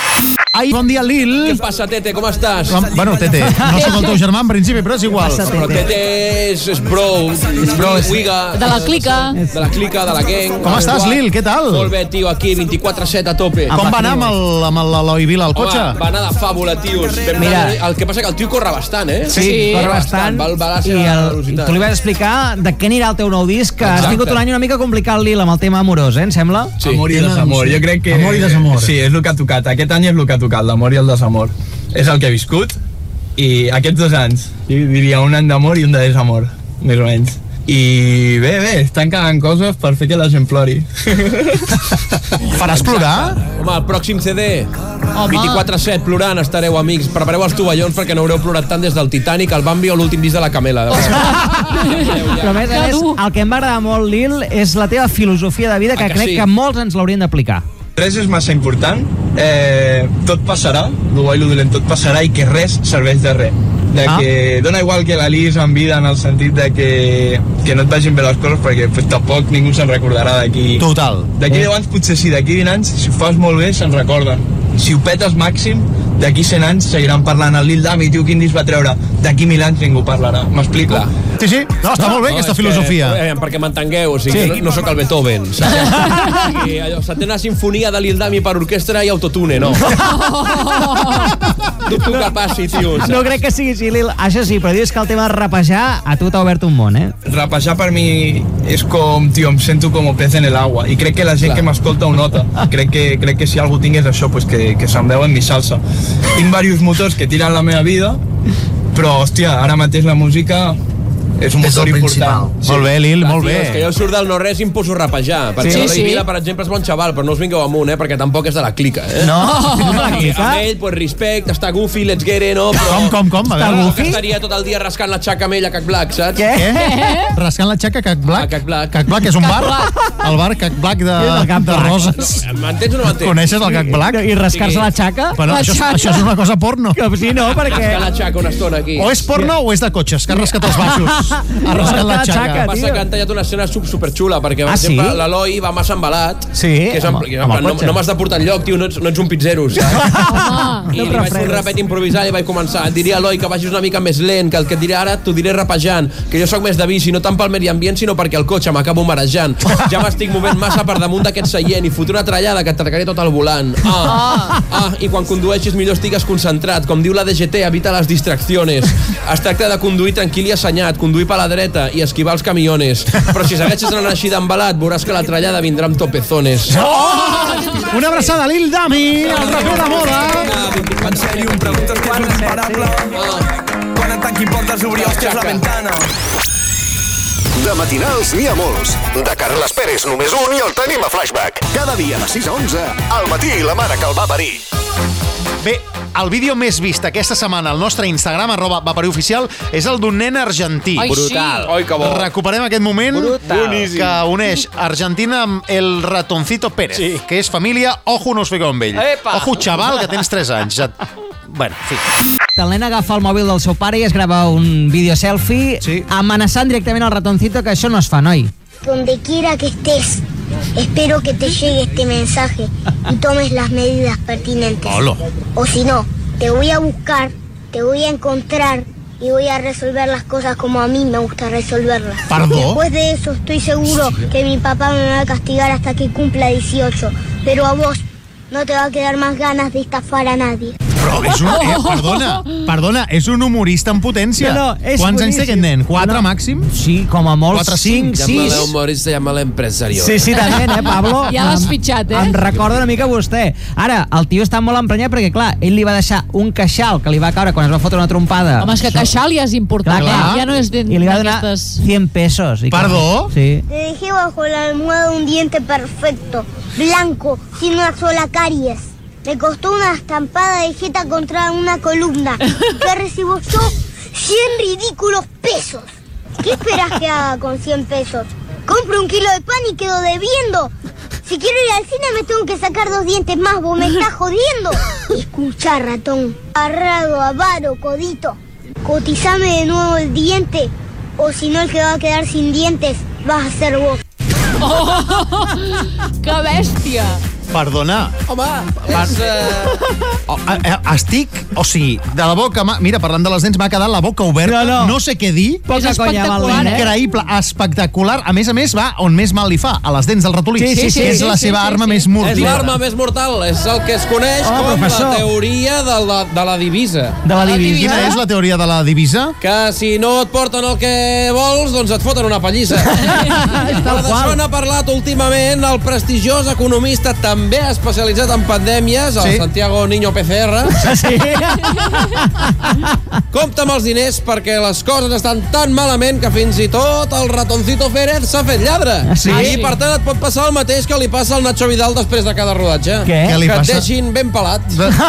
Speaker 5: Ai, bon dia, Lil.
Speaker 6: Què passa, Tete? Com estàs?
Speaker 5: Com, bueno, Tete, no sóc el teu germà en principi, però és igual.
Speaker 6: Però Tete és, és bro, és bro, és... Uiga,
Speaker 9: De la clica.
Speaker 6: de la clica, de la gang.
Speaker 5: Com estàs, Lil? Què tal?
Speaker 6: Molt bé, tio, aquí, 24-7 a tope.
Speaker 5: Com va anar amb el- amb l'Eloi Vila al cotxe?
Speaker 6: Home, va anar de fàbula, tios. Vam
Speaker 12: Mira.
Speaker 6: anar- El que passa que el tio corre bastant, eh?
Speaker 12: Sí, corre bastant.
Speaker 6: Va, va a la
Speaker 12: I
Speaker 6: seva
Speaker 12: el,
Speaker 6: velocitat.
Speaker 12: tu li vas explicar de què anirà el teu nou disc, que has
Speaker 14: Exacte.
Speaker 12: tingut un any una mica complicat, Lil, amb el tema amorós, eh, em sembla?
Speaker 14: Sí. Amor i desamor. Jo crec que...
Speaker 12: Amor i desamor.
Speaker 14: Sí, és el que ha tocat. Aquest any és el que ha tocat, l'amor i el desamor. És el que he viscut i aquests dos anys. Jo diria un any d'amor i un de desamor, més o menys. I bé, bé, estan cagant coses per fer que la gent plori.
Speaker 5: Faràs plorar?
Speaker 2: Home, el pròxim CD. 24-7, plorant, estareu, amics. Prepareu els tovallons perquè no haureu plorat tant des del Titanic, el Bambi o l'últim disc de la Camela. De veritat.
Speaker 12: Però a més a més, el que em va agradar molt, Lil, és la teva filosofia de vida, que,
Speaker 14: que
Speaker 12: crec
Speaker 14: sí?
Speaker 12: que molts ens l'haurien d'aplicar.
Speaker 14: Res és massa important, eh, tot passarà, el bo i el dolent tot passarà i que res serveix de res. De
Speaker 12: Ah.
Speaker 14: que dona igual que la lis en vida en el sentit de que, que no et vagin bé les coses perquè pues, tampoc ningú se'n recordarà d'aquí...
Speaker 5: Total. Eh.
Speaker 14: D'aquí 10 anys potser sí, d'aquí 20 anys, si ho fas molt bé, se'n recorda. Si ho petes màxim, d'aquí 100 anys seguiran parlant el Lil Dami, tio, quin disc va treure? D'aquí 1000 anys ningú parlarà, m'explico?
Speaker 5: Sí, sí, no, està molt bé aquesta
Speaker 2: és
Speaker 5: filosofia.
Speaker 2: Que, aviam, perquè m'entengueu, o sigui, sí. no, no sóc el Beethoven. Saps? I allò, setena sinfonia de Lil Dami per orquestra i autotune, no.
Speaker 9: Oh.
Speaker 2: Dubto que passi, tio. saps?
Speaker 12: No crec que sigui així, Lil. Això sí, però dius que el tema de repejar a tu t'ha obert un món, eh?
Speaker 14: Rapejar per mi és com, tio, em sento com pez en el agua i crec que la gent Clar. que m'escolta ho nota. Crec que, crec que si algú tingués això, pues que, que se'n veu en mi salsa. Tinc diversos motors que tiren la meva vida, però, hòstia, ara mateix la música és un motor important.
Speaker 5: Molt bé, Lil,
Speaker 2: Va,
Speaker 5: molt
Speaker 2: tio,
Speaker 5: bé.
Speaker 2: És que jo surt del no-res i em poso a repejar. Perquè
Speaker 5: Sí,
Speaker 2: sí, sí.
Speaker 5: sí.
Speaker 2: Vila, per exemple, és bon xaval, però no us vingueu amunt, eh? Perquè tampoc és de la clica, eh?
Speaker 5: No, no és de la
Speaker 2: Amb
Speaker 5: clica.
Speaker 2: ell, pues, respect, està goofy, let's get it, no? Però...
Speaker 5: Com, com, com? A
Speaker 2: Està
Speaker 5: veure.
Speaker 2: goofy? Estaria tot el dia rascant la xaca amb ell a Cac Black, saps?
Speaker 5: Què? Rascant la xaca Cac Black? Cac Black. Cac Black és un
Speaker 2: Cac
Speaker 5: bar? El bar Cac Black de,
Speaker 2: Què és el Cac
Speaker 5: de
Speaker 2: Black?
Speaker 5: Roses.
Speaker 2: M'entens o no m'entens?
Speaker 5: Coneixes el Cac Black?
Speaker 12: I rascar-se la xaca?
Speaker 5: Bueno,
Speaker 12: La
Speaker 5: això, és-
Speaker 12: xaca.
Speaker 5: això és una cosa porno.
Speaker 12: Que sí, no, perquè...
Speaker 2: Rascar la xaca una estona aquí.
Speaker 5: O és porno o és de cotxes, que ha rascat els baixos. Ha rascat la xaca.
Speaker 2: El que passa que han tallat una escena sub superxula, perquè, per
Speaker 5: Ah, sí?
Speaker 2: exemple, l'Eloi va massa embalat,
Speaker 5: Sí,
Speaker 2: que és en,
Speaker 5: amb-
Speaker 2: que,
Speaker 5: amb el
Speaker 2: no,
Speaker 5: cotxe.
Speaker 2: no m'has de portar enlloc, tio, no ets, no ets un pizzero, saps? I
Speaker 5: no
Speaker 2: li vaig fer un
Speaker 5: refredes.
Speaker 2: rapet improvisat i vaig començar. Et diria, Eloi, que vagis una mica més lent, que el que et diré ara t'ho diré rapejant, que jo sóc més de bici, no tant pel medi ambient, sinó perquè el cotxe m'acabo marejant. Ja m'estic movent massa per damunt d'aquest seient i fotré una trallada que et tragaré tot el volant. Ah, ah, i quan condueixis millor estigues concentrat. Com diu la DGT, evita les distraccions. Es tracta de conduir tranquil i assenyat, conduir per la dreta i esquivar els camiones. Però si segueixes anant així d'embalat, veuràs que la trallada vindrà amb topezones.
Speaker 5: Oh! Una abraçada, Lil Dami, el raper de moda. eh?
Speaker 6: En
Speaker 15: sèrio, em preguntes què és l'inseparable. Quan et tanqui portes, obrir hòsties la ventana.
Speaker 7: De matinals n'hi ha molts. De Carles Pérez només un i el tenim a Flashback. Cada dia de 6 a 11, al matí i la mare que el va parir.
Speaker 1: Bé, el vídeo més vist aquesta setmana al nostre Instagram, arroba vaparioficial, és el d'un nen argentí.
Speaker 6: Ai, sí. Brutal. Ai, que bo.
Speaker 1: Recuperem aquest moment
Speaker 6: Brutal. Boníssim.
Speaker 1: que uneix Argentina amb el ratoncito Pérez, sí. que és família, ojo, no us fiqueu amb ell.
Speaker 12: Epa.
Speaker 1: Ojo, xaval, que tens 3 anys. Ja... Bueno, en fi.
Speaker 12: El nen agafa el mòbil del seu pare i es grava un vídeo selfie sí. amenaçant directament al ratoncito que això no es fa, noi.
Speaker 16: Donde quiera que estés,
Speaker 13: Espero que te llegue este mensaje y tomes las medidas pertinentes.
Speaker 1: Hola.
Speaker 13: O si no, te voy a buscar, te voy a encontrar y voy a resolver las cosas como a mí me gusta resolverlas.
Speaker 1: Perdó.
Speaker 13: Después de eso estoy seguro que mi papá me va a castigar hasta que cumpla 18, pero a vos no te va a quedar más ganas de estafar a nadie.
Speaker 5: Però és un, eh, perdona, perdona, és un humorista en potència.
Speaker 12: No, no, és
Speaker 5: Quants anys
Speaker 12: boníssim.
Speaker 5: té aquest nen? 4 no. màxim?
Speaker 12: Sí, com a molt.
Speaker 5: 4, 5,
Speaker 2: Llámale
Speaker 5: 6.
Speaker 2: humorista, llámale empresario.
Speaker 12: Sí, sí, també, eh, Pablo?
Speaker 9: Ja l'has
Speaker 12: Em-
Speaker 9: fitxat, eh?
Speaker 12: Em recorda una mica vostè. Ara, el tio està molt emprenyat perquè, clar, ell li va deixar un queixal que li va caure quan es va fotre una trompada.
Speaker 9: Home, és que queixal ja és important. eh?
Speaker 12: Clar, clar.
Speaker 9: Ja no és de-
Speaker 12: I li va donar
Speaker 9: d'aquestes...
Speaker 12: 100 pesos. I clar,
Speaker 5: Perdó?
Speaker 12: Sí.
Speaker 13: Te dejé bajo la almohada un diente perfecto, blanco, sin una sola caries. Me costó una estampada de jeta contra una columna. que recibo yo? 100 ridículos pesos. ¿Qué esperas que haga con 100 pesos? Compro un kilo de pan y quedo debiendo. Si quiero ir al cine me tengo que sacar dos dientes más, vos me estás jodiendo. Escucha, ratón. Arrado, avaro, codito. Cotizame de nuevo el diente, o si no el que va a quedar sin dientes vas a ser vos.
Speaker 9: Que bèstia!
Speaker 1: Perdona.
Speaker 9: Home,
Speaker 1: és,
Speaker 5: eh, O, a, a, estic, o sigui, de la boca... ma- Mira, parlant de les dents, m'ha quedat la boca oberta, no, no. no sé què dir.
Speaker 12: Poca És conya, espectacular, Marlene. eh?
Speaker 5: Increïble, espectacular. A més a més, va on més mal li fa, a les dents del ratolí.
Speaker 12: Sí, sí, sí,
Speaker 5: és
Speaker 12: sí,
Speaker 5: la
Speaker 12: sí,
Speaker 5: seva
Speaker 12: sí,
Speaker 5: arma
Speaker 12: sí.
Speaker 5: més
Speaker 2: És
Speaker 5: mortífera.
Speaker 2: l'arma més mortal, és el que es coneix
Speaker 5: Hola,
Speaker 2: com
Speaker 5: professor.
Speaker 2: la teoria de la, de la divisa.
Speaker 5: De la divisa. Quina és la teoria de la divisa?
Speaker 2: Que si no et porten el que vols, doncs et foten una pallissa. Però d'això n'ha parlat últimament el prestigiós economista també especialitzat en pandèmies, el
Speaker 6: Sí.
Speaker 2: Santiago Niño PCR.
Speaker 6: Sí.
Speaker 2: Compte amb els diners perquè les coses estan tan malament que fins i tot el ratoncito Pérez s'ha fet lladre.
Speaker 6: Ah, sí?
Speaker 2: I per tant et pot passar el mateix que li passa al Nacho Vidal després de cada rodatge.
Speaker 6: Què? Què li
Speaker 2: que
Speaker 6: passa?
Speaker 2: et deixin ben pelat.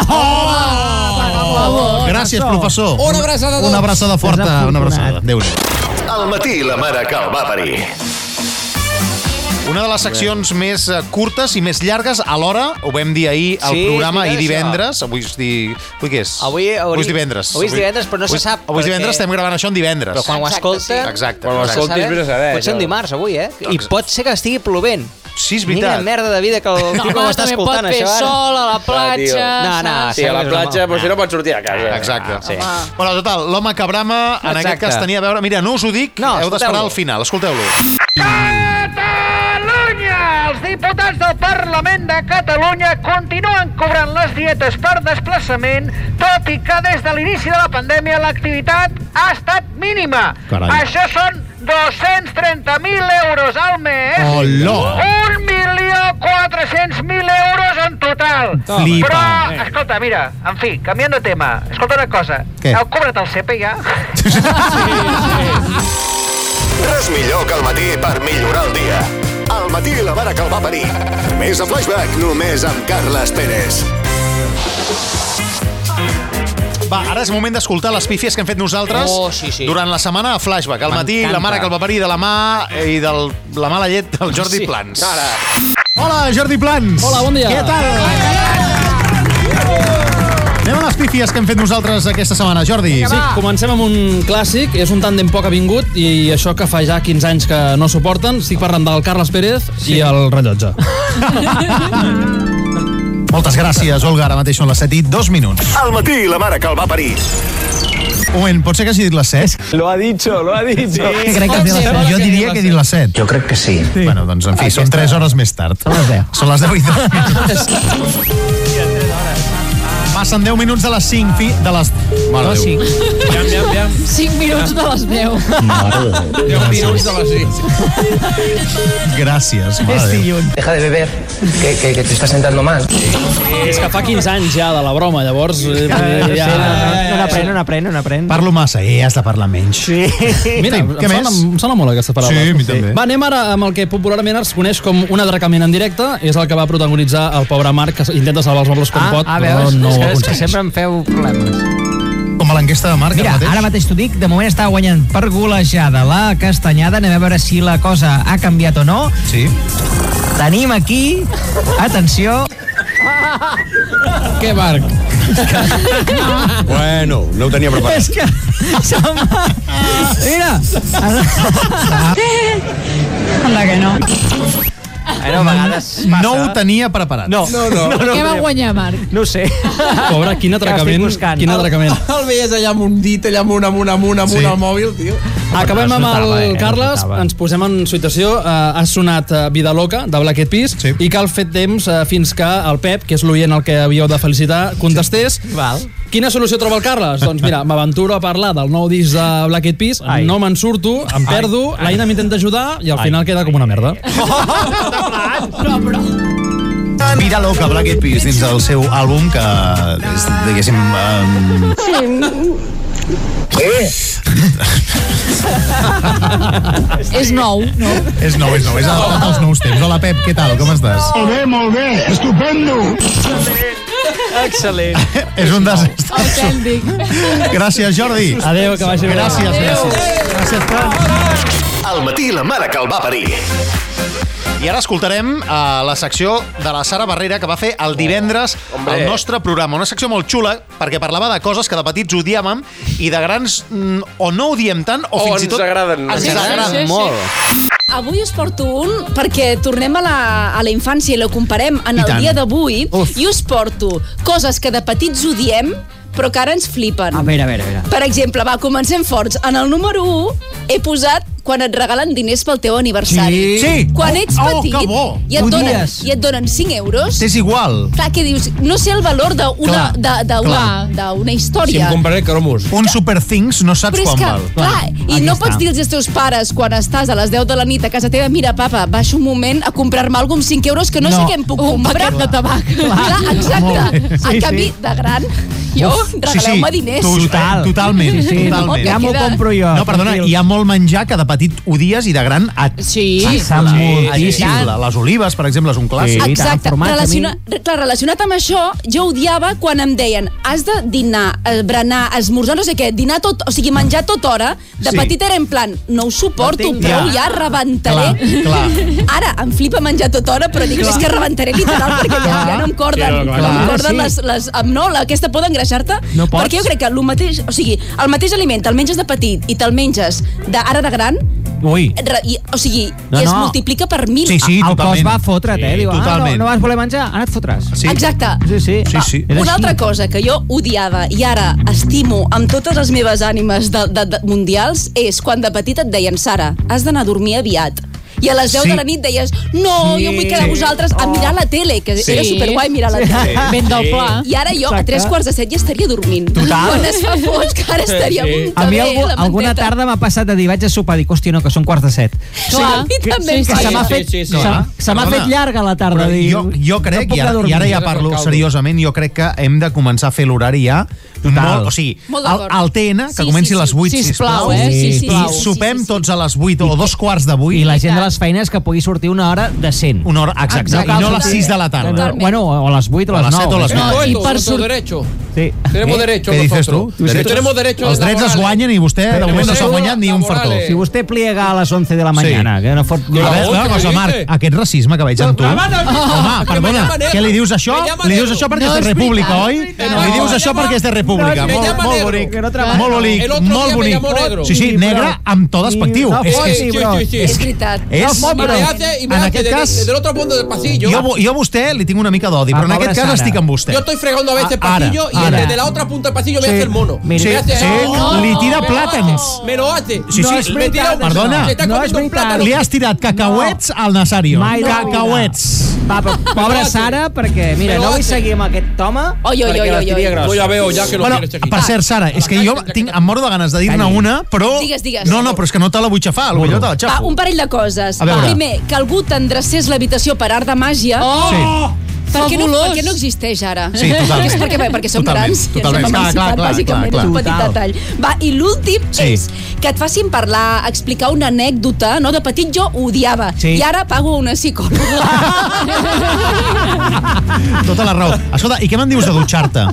Speaker 6: favor,
Speaker 5: Gràcies, professor.
Speaker 2: Una abraçada a tots.
Speaker 5: Una abraçada forta, una abraçada. Adéu-n'hi.
Speaker 7: Al matí la mare que el va parir.
Speaker 1: Una de les seccions més eh, curtes i més llargues alhora, ho vam dir ahir al
Speaker 16: Sí, és
Speaker 1: programa, i
Speaker 16: veritat,
Speaker 1: divendres, avui és, di... avui què és?
Speaker 16: Avui- avui-
Speaker 1: és divendres.
Speaker 16: avui és divendres, però no se sap,
Speaker 1: Avui és
Speaker 16: perquè-
Speaker 1: divendres, estem gravant això en divendres.
Speaker 16: Però quan ho escolta...
Speaker 1: Exacte.
Speaker 16: quan ho escoltis, vés a saber. Pot ser un
Speaker 1: això.
Speaker 16: dimarts, avui, eh? I pot ser que estigui plovent.
Speaker 1: Sí, és
Speaker 16: Mira
Speaker 1: veritat.
Speaker 16: merda de vida que el
Speaker 1: No,
Speaker 16: no, Quico
Speaker 1: home,
Speaker 16: està
Speaker 1: també
Speaker 16: escoltant,
Speaker 1: pot fer
Speaker 16: això, ara.
Speaker 1: sol a la platja,
Speaker 16: No, no,
Speaker 1: saps?
Speaker 16: sí,
Speaker 1: Sí, a la
Speaker 16: és una
Speaker 1: platja,
Speaker 16: mala-
Speaker 1: però si
Speaker 16: no
Speaker 6: pots sortir de casa.
Speaker 1: Exacte.
Speaker 16: Sí.
Speaker 1: Ah. Bueno, total, l'home que brama, en
Speaker 16: Exacte.
Speaker 1: aquest cas tenia a veure... Mira, no us ho dic, no, heu d'esperar al final. Escolteu-lo.
Speaker 17: Catalunya! Els diputats del Parlament de Catalunya continuen cobrant les dietes per desplaçament, tot i que des de l'inici de la pandèmia l'activitat ha estat mínima.
Speaker 6: Carai.
Speaker 17: Això són 230.000 euros al mes.
Speaker 6: Hola!
Speaker 17: 1.400.000 euros en total.
Speaker 6: Flipa.
Speaker 17: Però, escolta, mira, en fi, canviant de tema, escolta una cosa.
Speaker 7: Què?
Speaker 17: Heu cobrat el CEPE ja?
Speaker 7: Res millor que el matí per millorar el dia. Al matí la mare que el va parir. Més a Flashback només amb Carles Pérez.
Speaker 1: Va, ara és moment d'escoltar les pífies que hem fet nosaltres
Speaker 16: Oh, sí, sí.
Speaker 1: durant la setmana a Flashback. Al matí, la mare que el va parir de la mà i de la mala llet del Jordi
Speaker 6: Sí,
Speaker 1: Plans.
Speaker 6: cara.
Speaker 5: Hola, Jordi Plans.
Speaker 1: Hola, bon dia.
Speaker 5: Què tal? Anem a les pífies que hem fet nosaltres aquesta setmana, Jordi.
Speaker 18: Sí, comencem amb un clàssic, és un tàndem poc avingut i això que fa ja 15 anys que no suporten. Estic parlant del Carles Pérez sí. i el rellotge.
Speaker 5: Moltes gràcies, Olga. Ara mateix són les 7 i 2 minuts.
Speaker 7: Al matí la mare que el va parir.
Speaker 5: Un moment, pot ser que hagi dit les 7?
Speaker 7: Lo ha dicho, lo ha dicho.
Speaker 5: Sí, crec que Oh, sí, jo diria que he dit les 7. Jo crec que sí. sí. Bueno, doncs, en fi, són 3 hores més tard. Són les 10. Són les 10 i 2 minuts. Passen 10 minuts de les 5, fi... De les... Mare de Déu.
Speaker 6: Aviam, aviam, aviam.
Speaker 9: 5 minuts de les 10.
Speaker 5: Gràcies. Gràcies, mare de Déu.
Speaker 18: Deja de beber, que, que, que te estás sentando mal. És que fa 15 anys ja de la broma, llavors... Eh, ja,
Speaker 12: No n'aprèn, no n'aprèn, no n'aprèn.
Speaker 5: Parlo massa, eh? Has de parlar menys. Sí.
Speaker 18: Mira, em
Speaker 5: què
Speaker 18: sona,
Speaker 5: més?
Speaker 18: em sona molt aquesta paraula.
Speaker 5: Sí, a mi també.
Speaker 18: Va, anem ara amb el que popularment es coneix com un atracament en directe. És el que va protagonitzar el pobre Marc, que intenta salvar els mobles com
Speaker 12: Ah,
Speaker 18: pot,
Speaker 12: ah,
Speaker 18: però
Speaker 12: veus?
Speaker 18: no
Speaker 12: És
Speaker 18: ho
Speaker 12: que- és que
Speaker 18: aconsegueix.
Speaker 12: sempre em feu problemes.
Speaker 5: Com a l'enquesta de Marc,
Speaker 12: Mira,
Speaker 5: ara mateix.
Speaker 12: ara mateix t'ho dic, de moment està guanyant per golejada la castanyada. Anem a veure si la cosa ha canviat o no.
Speaker 5: Sí.
Speaker 12: Tenim aquí, atenció...
Speaker 18: Què, Marc?
Speaker 19: Bueno, no ho tenia preparat.
Speaker 12: És que... Mira! Anda que no.
Speaker 16: Bueno, a vegades
Speaker 1: No ho tenia preparat.
Speaker 16: No. No, no. No, no.
Speaker 9: Què va guanyar, Marc?
Speaker 16: No ho sé.
Speaker 18: Pobre, quin atracament, quin atracament.
Speaker 2: El, el veies allà amb un dit, allà amb un, amb un, amb un, amb
Speaker 18: Sí.
Speaker 2: un al mòbil, tio.
Speaker 18: Acabem amb
Speaker 2: Notava, eh?
Speaker 18: el Carles, ens posem en situació. Uh, ha sonat eh, Vida Loca, de Black Eyed Peas, sí. i cal fer temps uh, fins que el Pep, que és l'oient el que havíeu de felicitar, contestés. Sí. Val. Quina solució troba el Carles? Doncs mira, m'aventuro a parlar del nou disc de Black Eyed Peas, Ai. no me'n surto, em perdo, l'Aina m'intenta ajudar i al final queda com una merda.
Speaker 9: Però, però...
Speaker 5: Vida Loca, Black Eyed Peas, dins del seu àlbum, que és, diguéssim... Um... Eh?
Speaker 9: És nou, no?
Speaker 5: És nou, és nou, és adaptat als nous temps. Hola, Pep, què tal? Com estàs?
Speaker 9: Molt bé, molt bé.
Speaker 5: Estupendo!
Speaker 16: Excel·lent.
Speaker 5: és un desastre.
Speaker 9: Autèntic.
Speaker 5: Gràcies, Jordi.
Speaker 18: Adéu, que vagi bé.
Speaker 5: Gràcies, gràcies. Gràcies,
Speaker 7: Al matí la mare que el va parir.
Speaker 1: I ara escoltarem uh, la secció de la Sara Barrera que va fer el divendres al
Speaker 7: hombre.
Speaker 1: nostre programa. Una secció molt xula perquè parlava de coses que de petits odiàvem i de grans mm, o no odiem tant o,
Speaker 19: O
Speaker 1: fins i
Speaker 19: ens
Speaker 1: tot...
Speaker 19: agraden.
Speaker 1: Ens
Speaker 19: Sí, sí,
Speaker 1: agraden
Speaker 19: sí, sí.
Speaker 1: molt.
Speaker 19: Avui us porto un perquè tornem a la, a la infància i la comparem en
Speaker 20: I
Speaker 19: el
Speaker 20: tant.
Speaker 19: dia d'avui i us porto coses que de petits odiem però que ara ens flipen.
Speaker 20: A veure, a veure, a veure.
Speaker 19: Per exemple, va, comencem forts. En el número 1 he posat quan et regalen diners pel teu aniversari.
Speaker 5: Sí. Sí.
Speaker 19: Quan
Speaker 5: Oh,
Speaker 19: ets
Speaker 5: oh,
Speaker 19: petit
Speaker 5: que bo.
Speaker 19: i, et
Speaker 5: Ho
Speaker 19: donen,
Speaker 5: dies.
Speaker 19: i et donen 5 euros...
Speaker 5: T'és igual.
Speaker 19: Clar, que dius, no sé el valor d'una
Speaker 5: Clar,
Speaker 19: de-
Speaker 5: clar.
Speaker 19: d'una- d'una història.
Speaker 2: compraré cromus.
Speaker 5: Un Super Things no saps
Speaker 19: Però és
Speaker 5: quan
Speaker 19: que,
Speaker 5: val.
Speaker 19: clar, i no pots dir als teus pares quan estàs a les 10 de la nit a casa teva mira, papa, baixo un moment a comprar-me alguna amb 5 euros que no,
Speaker 9: No.
Speaker 19: sé què em puc
Speaker 9: O un
Speaker 19: comprar.
Speaker 9: paquet de tabac.
Speaker 19: Clar,
Speaker 9: Clar, molt
Speaker 19: exacte.
Speaker 9: bé. Sí,
Speaker 19: en canvi,
Speaker 9: sí.
Speaker 19: de gran, jo, regaleu-me diners.
Speaker 5: Tu, Total. Totalment.
Speaker 19: Sí, sí,
Speaker 5: totalment.
Speaker 19: tampoc Ja m'ho queda- compro jo,
Speaker 5: No, perdona,
Speaker 19: tranquils.
Speaker 5: hi ha molt menjar que de petit odies i de gran et
Speaker 19: Sí.
Speaker 5: passa
Speaker 19: Sí,
Speaker 5: moltíssim.
Speaker 19: i tant.
Speaker 5: Les olives, per exemple, és un clàssic.
Speaker 19: Exacte. Relaciona, clar, relacionat amb això, jo odiava quan em deien has de dinar, eh, berenar, esmorzar, no sé què, dinar tot, o sigui, menjar tot hora. De
Speaker 5: Sí.
Speaker 19: sí. petita era en plan, no ho suporto,
Speaker 5: tinc
Speaker 19: prou,
Speaker 5: ja.
Speaker 19: ja rebentaré.
Speaker 5: Clar, clar.
Speaker 19: Ara em flipa menjar tot hora, però dic,
Speaker 5: Clar.
Speaker 19: és que rebentaré literal perquè ja, ja no em corden.
Speaker 5: Sí, clar,
Speaker 19: no em
Speaker 5: clar,
Speaker 19: corden
Speaker 5: sí.
Speaker 19: les, les, amb, no, la- aquesta por d'engreixar-te.
Speaker 20: No pots.
Speaker 19: perquè jo crec que el mateix, o sigui, el mateix aliment te'l menges de petit i te'l menges de, ara de gran,
Speaker 12: Ui.
Speaker 19: re- i, o sigui,
Speaker 12: No,
Speaker 19: i es
Speaker 12: no.
Speaker 19: multiplica per mil.
Speaker 12: el cos va fotre't, eh?
Speaker 19: Sí,
Speaker 12: Diu, ah, no,
Speaker 19: totalment.
Speaker 12: no vas voler menjar, ara et fotràs.
Speaker 19: Sí. Exacte.
Speaker 12: Sí, sí.
Speaker 19: Va, Una altra cosa que jo odiava i ara estimo amb totes les meves ànimes de, de, de mundials és quan de petita et deien Sara, has d'anar a dormir aviat. I a les 10
Speaker 9: Sí.
Speaker 19: sí. de la nit deies no,
Speaker 9: Sí.
Speaker 19: sí. jo vull quedar amb vosaltres a mirar la tele, que
Speaker 9: Sí.
Speaker 19: sí. era superguai mirar la
Speaker 9: Sí.
Speaker 19: tele.
Speaker 9: Ben del pla.
Speaker 19: I ara jo a
Speaker 12: Exacte.
Speaker 19: tres quarts de set ja estaria dormint.
Speaker 12: Total.
Speaker 19: Quan es fa fosc, ara estaria sí. amb un
Speaker 12: A mi
Speaker 19: tabé,
Speaker 12: algú,
Speaker 19: la
Speaker 12: alguna
Speaker 19: manteta.
Speaker 12: tarda m'ha passat de dir, vaig a sopar, dic, hòstia, no, que són quarts de set.
Speaker 19: Clar. Sí,
Speaker 12: que,
Speaker 19: també
Speaker 12: sí,
Speaker 19: em
Speaker 12: que se
Speaker 19: passa.
Speaker 12: m'ha
Speaker 19: Sí,
Speaker 12: fet,
Speaker 19: sí, sí.
Speaker 12: se-
Speaker 5: Clar.
Speaker 12: se m'ha
Speaker 5: Perdona.
Speaker 12: fet llarga la tarda.
Speaker 5: Però
Speaker 12: dic,
Speaker 5: jo, jo crec,
Speaker 12: puc
Speaker 5: i ara,
Speaker 12: anar a
Speaker 5: i ara
Speaker 12: dormir.
Speaker 5: ja parlo seriosament, jo crec que hem de començar a fer l'horari ja molt, o sigui,
Speaker 1: Molt
Speaker 5: el,
Speaker 1: d'acord.
Speaker 5: el TN, que
Speaker 1: Sí,
Speaker 5: comenci
Speaker 1: sí,
Speaker 5: a les
Speaker 1: sí.
Speaker 5: 8,
Speaker 1: Sisplau,
Speaker 5: sisplau,
Speaker 1: eh? Sí, sí, sí,
Speaker 5: i
Speaker 1: sí,
Speaker 5: sopem tots a les 8 o dos quarts de 8.
Speaker 12: I la gent de les feines que pugui sortir una hora decent. Ah,
Speaker 5: Una hora, exacte,
Speaker 12: Exacte.
Speaker 5: i no a les 6 de la tarda.
Speaker 12: No, bueno, o a les 8 o a les 9.
Speaker 2: No,
Speaker 12: I
Speaker 2: esto,
Speaker 12: per
Speaker 2: nuestro
Speaker 12: sort...
Speaker 2: derecho.
Speaker 12: Sí.
Speaker 2: Tenemos
Speaker 12: Eh?
Speaker 2: derecho
Speaker 12: Què dices
Speaker 2: nosotros.
Speaker 12: tu? Derechos.
Speaker 2: Tenemos derecho
Speaker 5: Els drets es guanyen i vostè de moment no s'ha guanyat ni un fartó.
Speaker 12: Si vostè pliega a les 11 de la
Speaker 5: Sí.
Speaker 12: mañana, eh? que no fot...
Speaker 5: A veure, una cosa, Marc, aquest racisme que veig en tu... Home, perdona, què li dius això? Li dius això perquè
Speaker 12: No
Speaker 5: és
Speaker 12: és
Speaker 5: de república,
Speaker 12: veritat.
Speaker 5: oi?
Speaker 12: No.
Speaker 5: Li dius això perquè és de república.
Speaker 12: No, me
Speaker 5: Molt,
Speaker 12: llama
Speaker 5: molt
Speaker 12: negro,
Speaker 5: bonic,
Speaker 12: que no trabajo.
Speaker 5: molt
Speaker 12: El
Speaker 5: bonic,
Speaker 12: otro día
Speaker 5: molt
Speaker 12: me
Speaker 5: bonic.
Speaker 12: llamó negro.
Speaker 5: Sí, sí,
Speaker 12: Sí,
Speaker 5: negre
Speaker 12: però-
Speaker 5: amb to despectiu.
Speaker 12: No,
Speaker 5: És
Speaker 12: sí,
Speaker 5: que
Speaker 12: bro.
Speaker 5: és... que- És...
Speaker 2: No, me hace y me
Speaker 5: en
Speaker 2: hace
Speaker 5: aquest
Speaker 2: de-
Speaker 5: cas...
Speaker 2: del otro punto del pasillo.
Speaker 5: Jo, jo a vostè li tinc una mica d'odi,
Speaker 2: Ah,
Speaker 5: però en
Speaker 2: pobra
Speaker 5: aquest cas
Speaker 2: Sara.
Speaker 5: estic amb vostè.
Speaker 2: Yo estoy fregando a veces el
Speaker 5: Ah, Ara,
Speaker 2: pasillo y
Speaker 5: ara.
Speaker 2: el de la otra punta del pasillo
Speaker 5: Sí.
Speaker 2: me hace el mono.
Speaker 5: Mira.
Speaker 2: Me
Speaker 5: Sí,
Speaker 2: hace-
Speaker 5: sí,
Speaker 2: No,
Speaker 5: li tira
Speaker 2: me lo
Speaker 5: plàtans.
Speaker 2: hace. Me lo hace.
Speaker 5: Sí, sí,
Speaker 2: me tira un-
Speaker 5: perdona,
Speaker 2: Se está comiendo un plátano.
Speaker 5: li has tirat cacauets al Nasario.
Speaker 12: Mai de la vida.
Speaker 5: Cacauets.
Speaker 12: Va, però pobra Sara, perquè, mira, no vull seguir amb aquest home
Speaker 19: Oi, oi,
Speaker 12: perquè
Speaker 19: oi,
Speaker 12: la
Speaker 19: oi,
Speaker 12: tiria
Speaker 19: oi.
Speaker 12: grossa.
Speaker 19: Yo ya veo ya que lo
Speaker 5: bueno,
Speaker 19: quieres
Speaker 5: per cert, Sara, és que jo tinc, em moro de ganes de dir-ne
Speaker 19: Calli.
Speaker 5: una, però...
Speaker 19: Digues, digues.
Speaker 5: No, no, però és que no te la vull xafar, potser te la
Speaker 19: Va,
Speaker 5: xafo.
Speaker 19: Ah, un parell de coses.
Speaker 5: A veure.
Speaker 19: Primer, que algú t'endrecés l'habitació per art de màgia.
Speaker 5: Oh! Sí.
Speaker 19: Perquè no,
Speaker 9: Fabulós.
Speaker 19: perquè no existeix ara.
Speaker 5: Sí, totalment.
Speaker 19: És perquè, perquè som
Speaker 5: Totalment,
Speaker 19: grans i ens hem
Speaker 5: totalment. Clar,
Speaker 19: emancipat,
Speaker 5: clar, clar,
Speaker 19: bàsicament.
Speaker 5: clar,
Speaker 19: és un
Speaker 5: clar.
Speaker 19: petit
Speaker 5: Total.
Speaker 19: detall. Va, i l'últim
Speaker 5: Sí.
Speaker 19: és que et facin parlar, explicar una anècdota. No, de petit jo ho odiava.
Speaker 5: Sí.
Speaker 19: I ara pago una psicòloga.
Speaker 5: Tota la raó. Escolta, i què me'n dius de dutxar-te?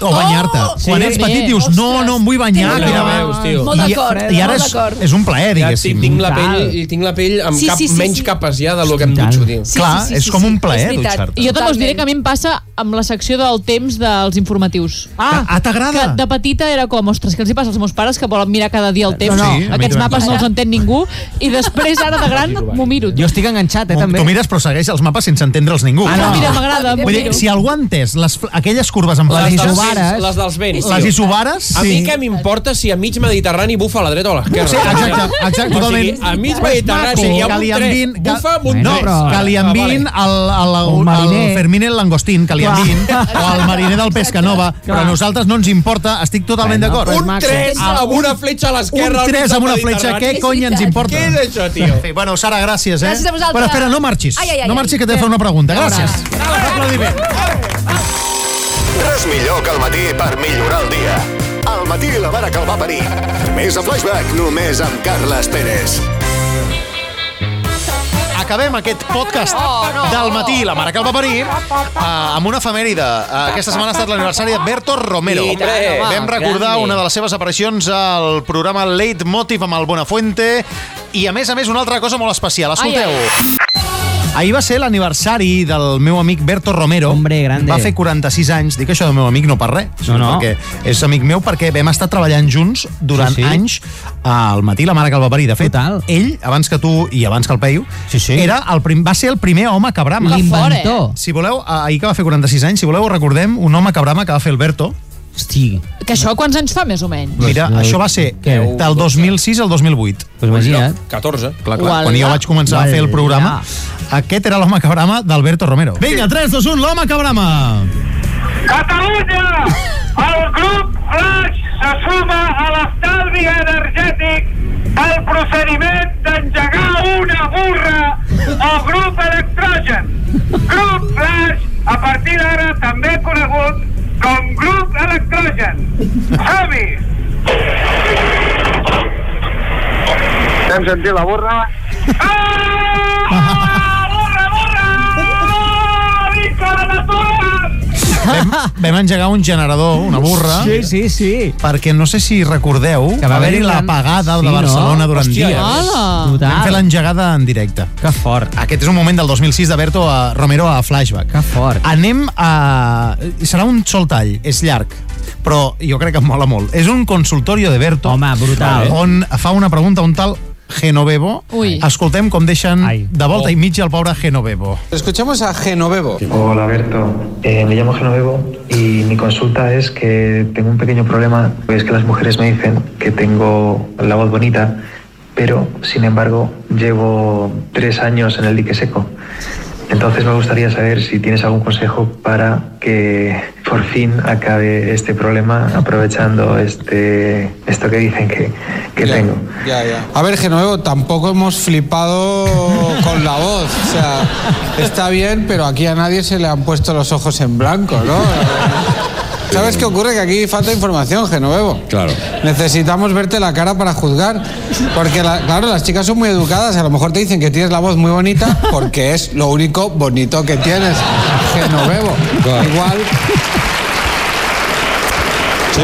Speaker 5: O banyar-te?
Speaker 1: Oh!
Speaker 5: Quan
Speaker 1: Sí,
Speaker 5: ets
Speaker 1: també.
Speaker 5: petit dius, no, no em vull banyar.
Speaker 2: Tio,
Speaker 5: quina
Speaker 2: no, veus, tio. Molt
Speaker 5: I,
Speaker 2: d'acord,
Speaker 5: I ara
Speaker 2: molt
Speaker 5: és,
Speaker 2: d'acord.
Speaker 5: és un plaer,
Speaker 2: Ja
Speaker 5: diguéssim.
Speaker 2: tinc, tinc la pell, i tinc la pell amb
Speaker 9: Sí,
Speaker 2: cap,
Speaker 9: sí, sí,
Speaker 2: menys
Speaker 9: sí.
Speaker 2: capes ja del que em dutxo, tio.
Speaker 9: Sí, sí, sí, sí, sí. És veritat. I jo també us diré que a mi em passa amb la secció del temps dels informatius.
Speaker 5: Ah, ah, t'agrada?
Speaker 9: Que De petita era com, ostres, què els hi passa als meus pares que volen mirar cada dia el temps?
Speaker 5: no. Sí, a mi
Speaker 9: Aquests
Speaker 5: també.
Speaker 9: mapes no els entén ningú. I després, ara de gran, m'ho miro.
Speaker 5: Jo estic enganxat, eh, també. Tu mires però segueix els mapes sense entendre'ls ningú.
Speaker 9: Ah, no. Mira, m'agrada,
Speaker 5: Vull dir,
Speaker 9: miro.
Speaker 5: si algú ha entès les, aquelles curves amb
Speaker 2: Les dels
Speaker 5: isobares-
Speaker 2: vents, les dels vents.
Speaker 5: Les
Speaker 2: tio.
Speaker 5: isobares,
Speaker 2: A mi
Speaker 5: sí.
Speaker 2: què m'importa si a mig Mediterrani bufa a la dreta o a l'esquerra?
Speaker 5: Sí, exacte, exacte,
Speaker 2: O sigui,
Speaker 5: totalment.
Speaker 2: a mig
Speaker 5: Però és
Speaker 2: Mediterrani
Speaker 5: maco,
Speaker 2: hi ha
Speaker 5: que li
Speaker 2: un tren,
Speaker 5: envin- que-
Speaker 2: bufa amb un
Speaker 5: No,
Speaker 2: tren. Ah,
Speaker 5: que li envin el- el-
Speaker 1: Un mariner.
Speaker 5: el Fermín el Langostín, que li
Speaker 1: Clar.
Speaker 5: envin, o el mariner del Pescanova, però a nosaltres no ens importa, estic totalment
Speaker 2: Bueno,
Speaker 5: d'acord.
Speaker 2: pues Un maco.
Speaker 5: maco.
Speaker 2: tres amb una fletxa a l'esquerra
Speaker 5: Un
Speaker 2: al
Speaker 5: 3
Speaker 2: mig
Speaker 5: amb una
Speaker 2: del
Speaker 5: fletxa,
Speaker 2: Mediterrani.
Speaker 5: què cony ens importa?
Speaker 2: Què és això, tio?
Speaker 5: En fi, Bueno, Sara, gràcies, eh?
Speaker 9: Gràcies a vosaltres.
Speaker 5: Però espera, no marxis.
Speaker 9: Ai, ai, ai,
Speaker 5: No marxis, que t'he de fer una pregunta. Gràcies.
Speaker 7: Res millor que el matí per millorar el dia. Al matí la mare que el va parir. Més a Flashback, només amb Carles Pérez.
Speaker 1: Acabem aquest podcast del matí, la mare que el va parir, eh, amb una efemèride. Eh, Aquesta setmana ha estat l'aniversari de Berto Romero.
Speaker 10: I tant, home,
Speaker 1: Vam recordar
Speaker 10: grande.
Speaker 1: una de les seves aparicions al programa Leitmotiv amb el Buenafuente i, a més a més, una altra cosa molt especial. Escolteu.
Speaker 5: Ai, Ahir va ser l'aniversari del meu amic Berto Romero. Hombre, grande. Va fer 46 anys. Dic això del meu amic no per res. No, no. Perquè és amic meu perquè vam estar treballant junts durant
Speaker 1: Sí,
Speaker 5: sí,
Speaker 1: sí.
Speaker 5: sí. anys al matí la mare que el va parir. De fet, Total. ell, abans que tu i abans que el Peyu, sí, sí. Era el prim, va ser el primer home que brama.
Speaker 9: L'inventor.
Speaker 5: Si voleu, ahir que va fer 46 anys, si voleu, recordem un home que brama que va fer el Berto. Hosti.
Speaker 9: Que això quants anys fa, més o menys?
Speaker 5: Mira, això va ser
Speaker 9: Què?
Speaker 5: del 2006 al 2008. Pues
Speaker 2: imagina't. 14.
Speaker 5: Clar, clar. Quan jo vaig començar a fer el programa, aquest era l'home que brama d'Alberto Romero. Vinga, 3, 2, 1, l'home que brama!
Speaker 20: Catalunya! El grup Flash se suma a l'estalvi energètic al procediment d'engegar una burra o grup electrogen. Grup Flash, a partir d'ara també conegut com grup electrogen. Som-hi! Hem sentit la burra?
Speaker 5: Vam, vam engegar un generador, una burra,
Speaker 1: Sí,
Speaker 5: sí, sí. perquè no sé si recordeu que va haver-hi l'apagada
Speaker 1: Sí,
Speaker 5: de
Speaker 1: no?
Speaker 5: Barcelona durant
Speaker 1: Hòstia,
Speaker 5: dies.
Speaker 1: hola.
Speaker 5: Vam
Speaker 1: Total.
Speaker 5: fer l'engegada en directe. Que fort. Aquest és un moment del 2006 de Berto a eh, Romero a Flashback. Que fort. Anem a... Serà un sol tall, és llarg, però jo crec que em mola molt. És un consultorio de Berto. Home,
Speaker 1: brutal.
Speaker 5: On fa una pregunta un tal Genovevo.
Speaker 1: Ui.
Speaker 5: Escoltem com deixen de volta i mitja el pobre Genovevo.
Speaker 11: Escuchamos a Genovevo. Hola, Berto. Eh, me llamo Genovevo y mi consulta es que tengo un pequeño problema. Es que las mujeres me dicen que tengo la voz bonita, pero sin embargo llevo tres años en el dique seco. Entonces me gustaría saber si tienes algún consejo para que por fin acabe este problema aprovechando este esto que dicen que, que tengo.
Speaker 21: Ya, ya. A ver, Genovevo, tampoco hemos flipado con la voz. O sea, está bien, pero aquí a nadie se le han puesto los ojos en blanco, ¿no? ¿Sabes qué ocurre? Que aquí falta información, Genovevo.
Speaker 2: Claro.
Speaker 21: Necesitamos verte la cara para juzgar. Porque, la- claro, las chicas son muy educadas. A lo mejor te dicen que tienes la voz muy bonita porque es lo único bonito que tienes, Genovevo.
Speaker 2: Claro.
Speaker 21: Igual.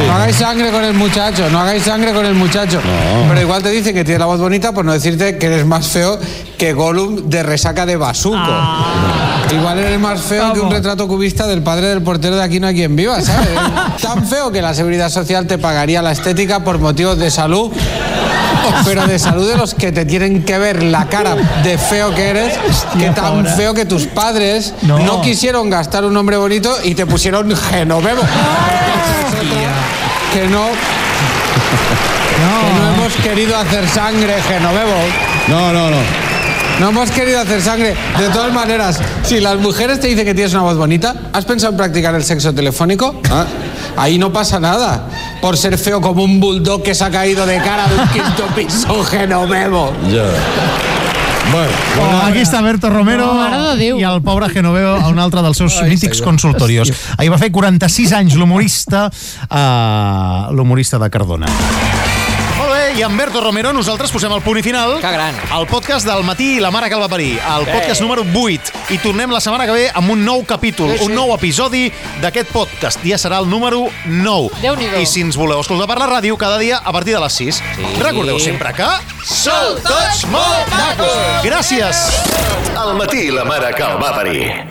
Speaker 21: No hagáis sangre con el muchacho, no hagáis sangre con el muchacho. Pero igual te dicen que tienes la voz bonita por no decirte que eres más feo que Gollum de resaca de Basuco. Igual eres más feo que un retrato cubista del padre del portero de Aquí no hay quien viva, ¿sabes? Tan feo que la seguridad social te pagaría la estética por motivos de salud, pero de salud de los que te tienen que ver la cara de feo que eres, que tan
Speaker 22: pobra.
Speaker 21: feo que tus padres
Speaker 22: No.
Speaker 21: no, quisieron gastar un nombre bonito y te pusieron Genovevo. Que no. Que no hemos querido hacer sangre, Genovevo. No, no, no. No hemos querido hacer sangre. De todas maneras, si las mujeres te dicen que tienes una voz bonita, ¿has pensado en practicar el sexo telefónico? Ah, Ahí no pasa nada. Por ser feo como un bulldog que se ha caído de cara de un quinto piso, Genovevo.
Speaker 5: Ja. Bueno, bueno, aquí està Berto Romero i el pobre Genoveo a un altre dels seus Ai, mítics
Speaker 1: senyor.
Speaker 5: consultorios. Ahir va fer
Speaker 1: ah,
Speaker 5: 46 anys l'humorista eh, l'humorista de Cardona. Molt bé, Coscubiela i Humberto Romero. Nosaltres posem el punt i final que gran. al podcast del matí i la mare que el va parir, el
Speaker 23: Bé.
Speaker 5: podcast número 8. I tornem la setmana que ve amb un nou capítol,
Speaker 23: Sí, sí.
Speaker 5: un nou episodi d'aquest podcast. Ja serà el número 9. I si ens voleu escoltar per la ràdio cada dia a partir de les 6. Recordeu sempre que...
Speaker 7: Sou tots molt macos!
Speaker 5: Gràcies!
Speaker 7: Al matí la mare que el va parir.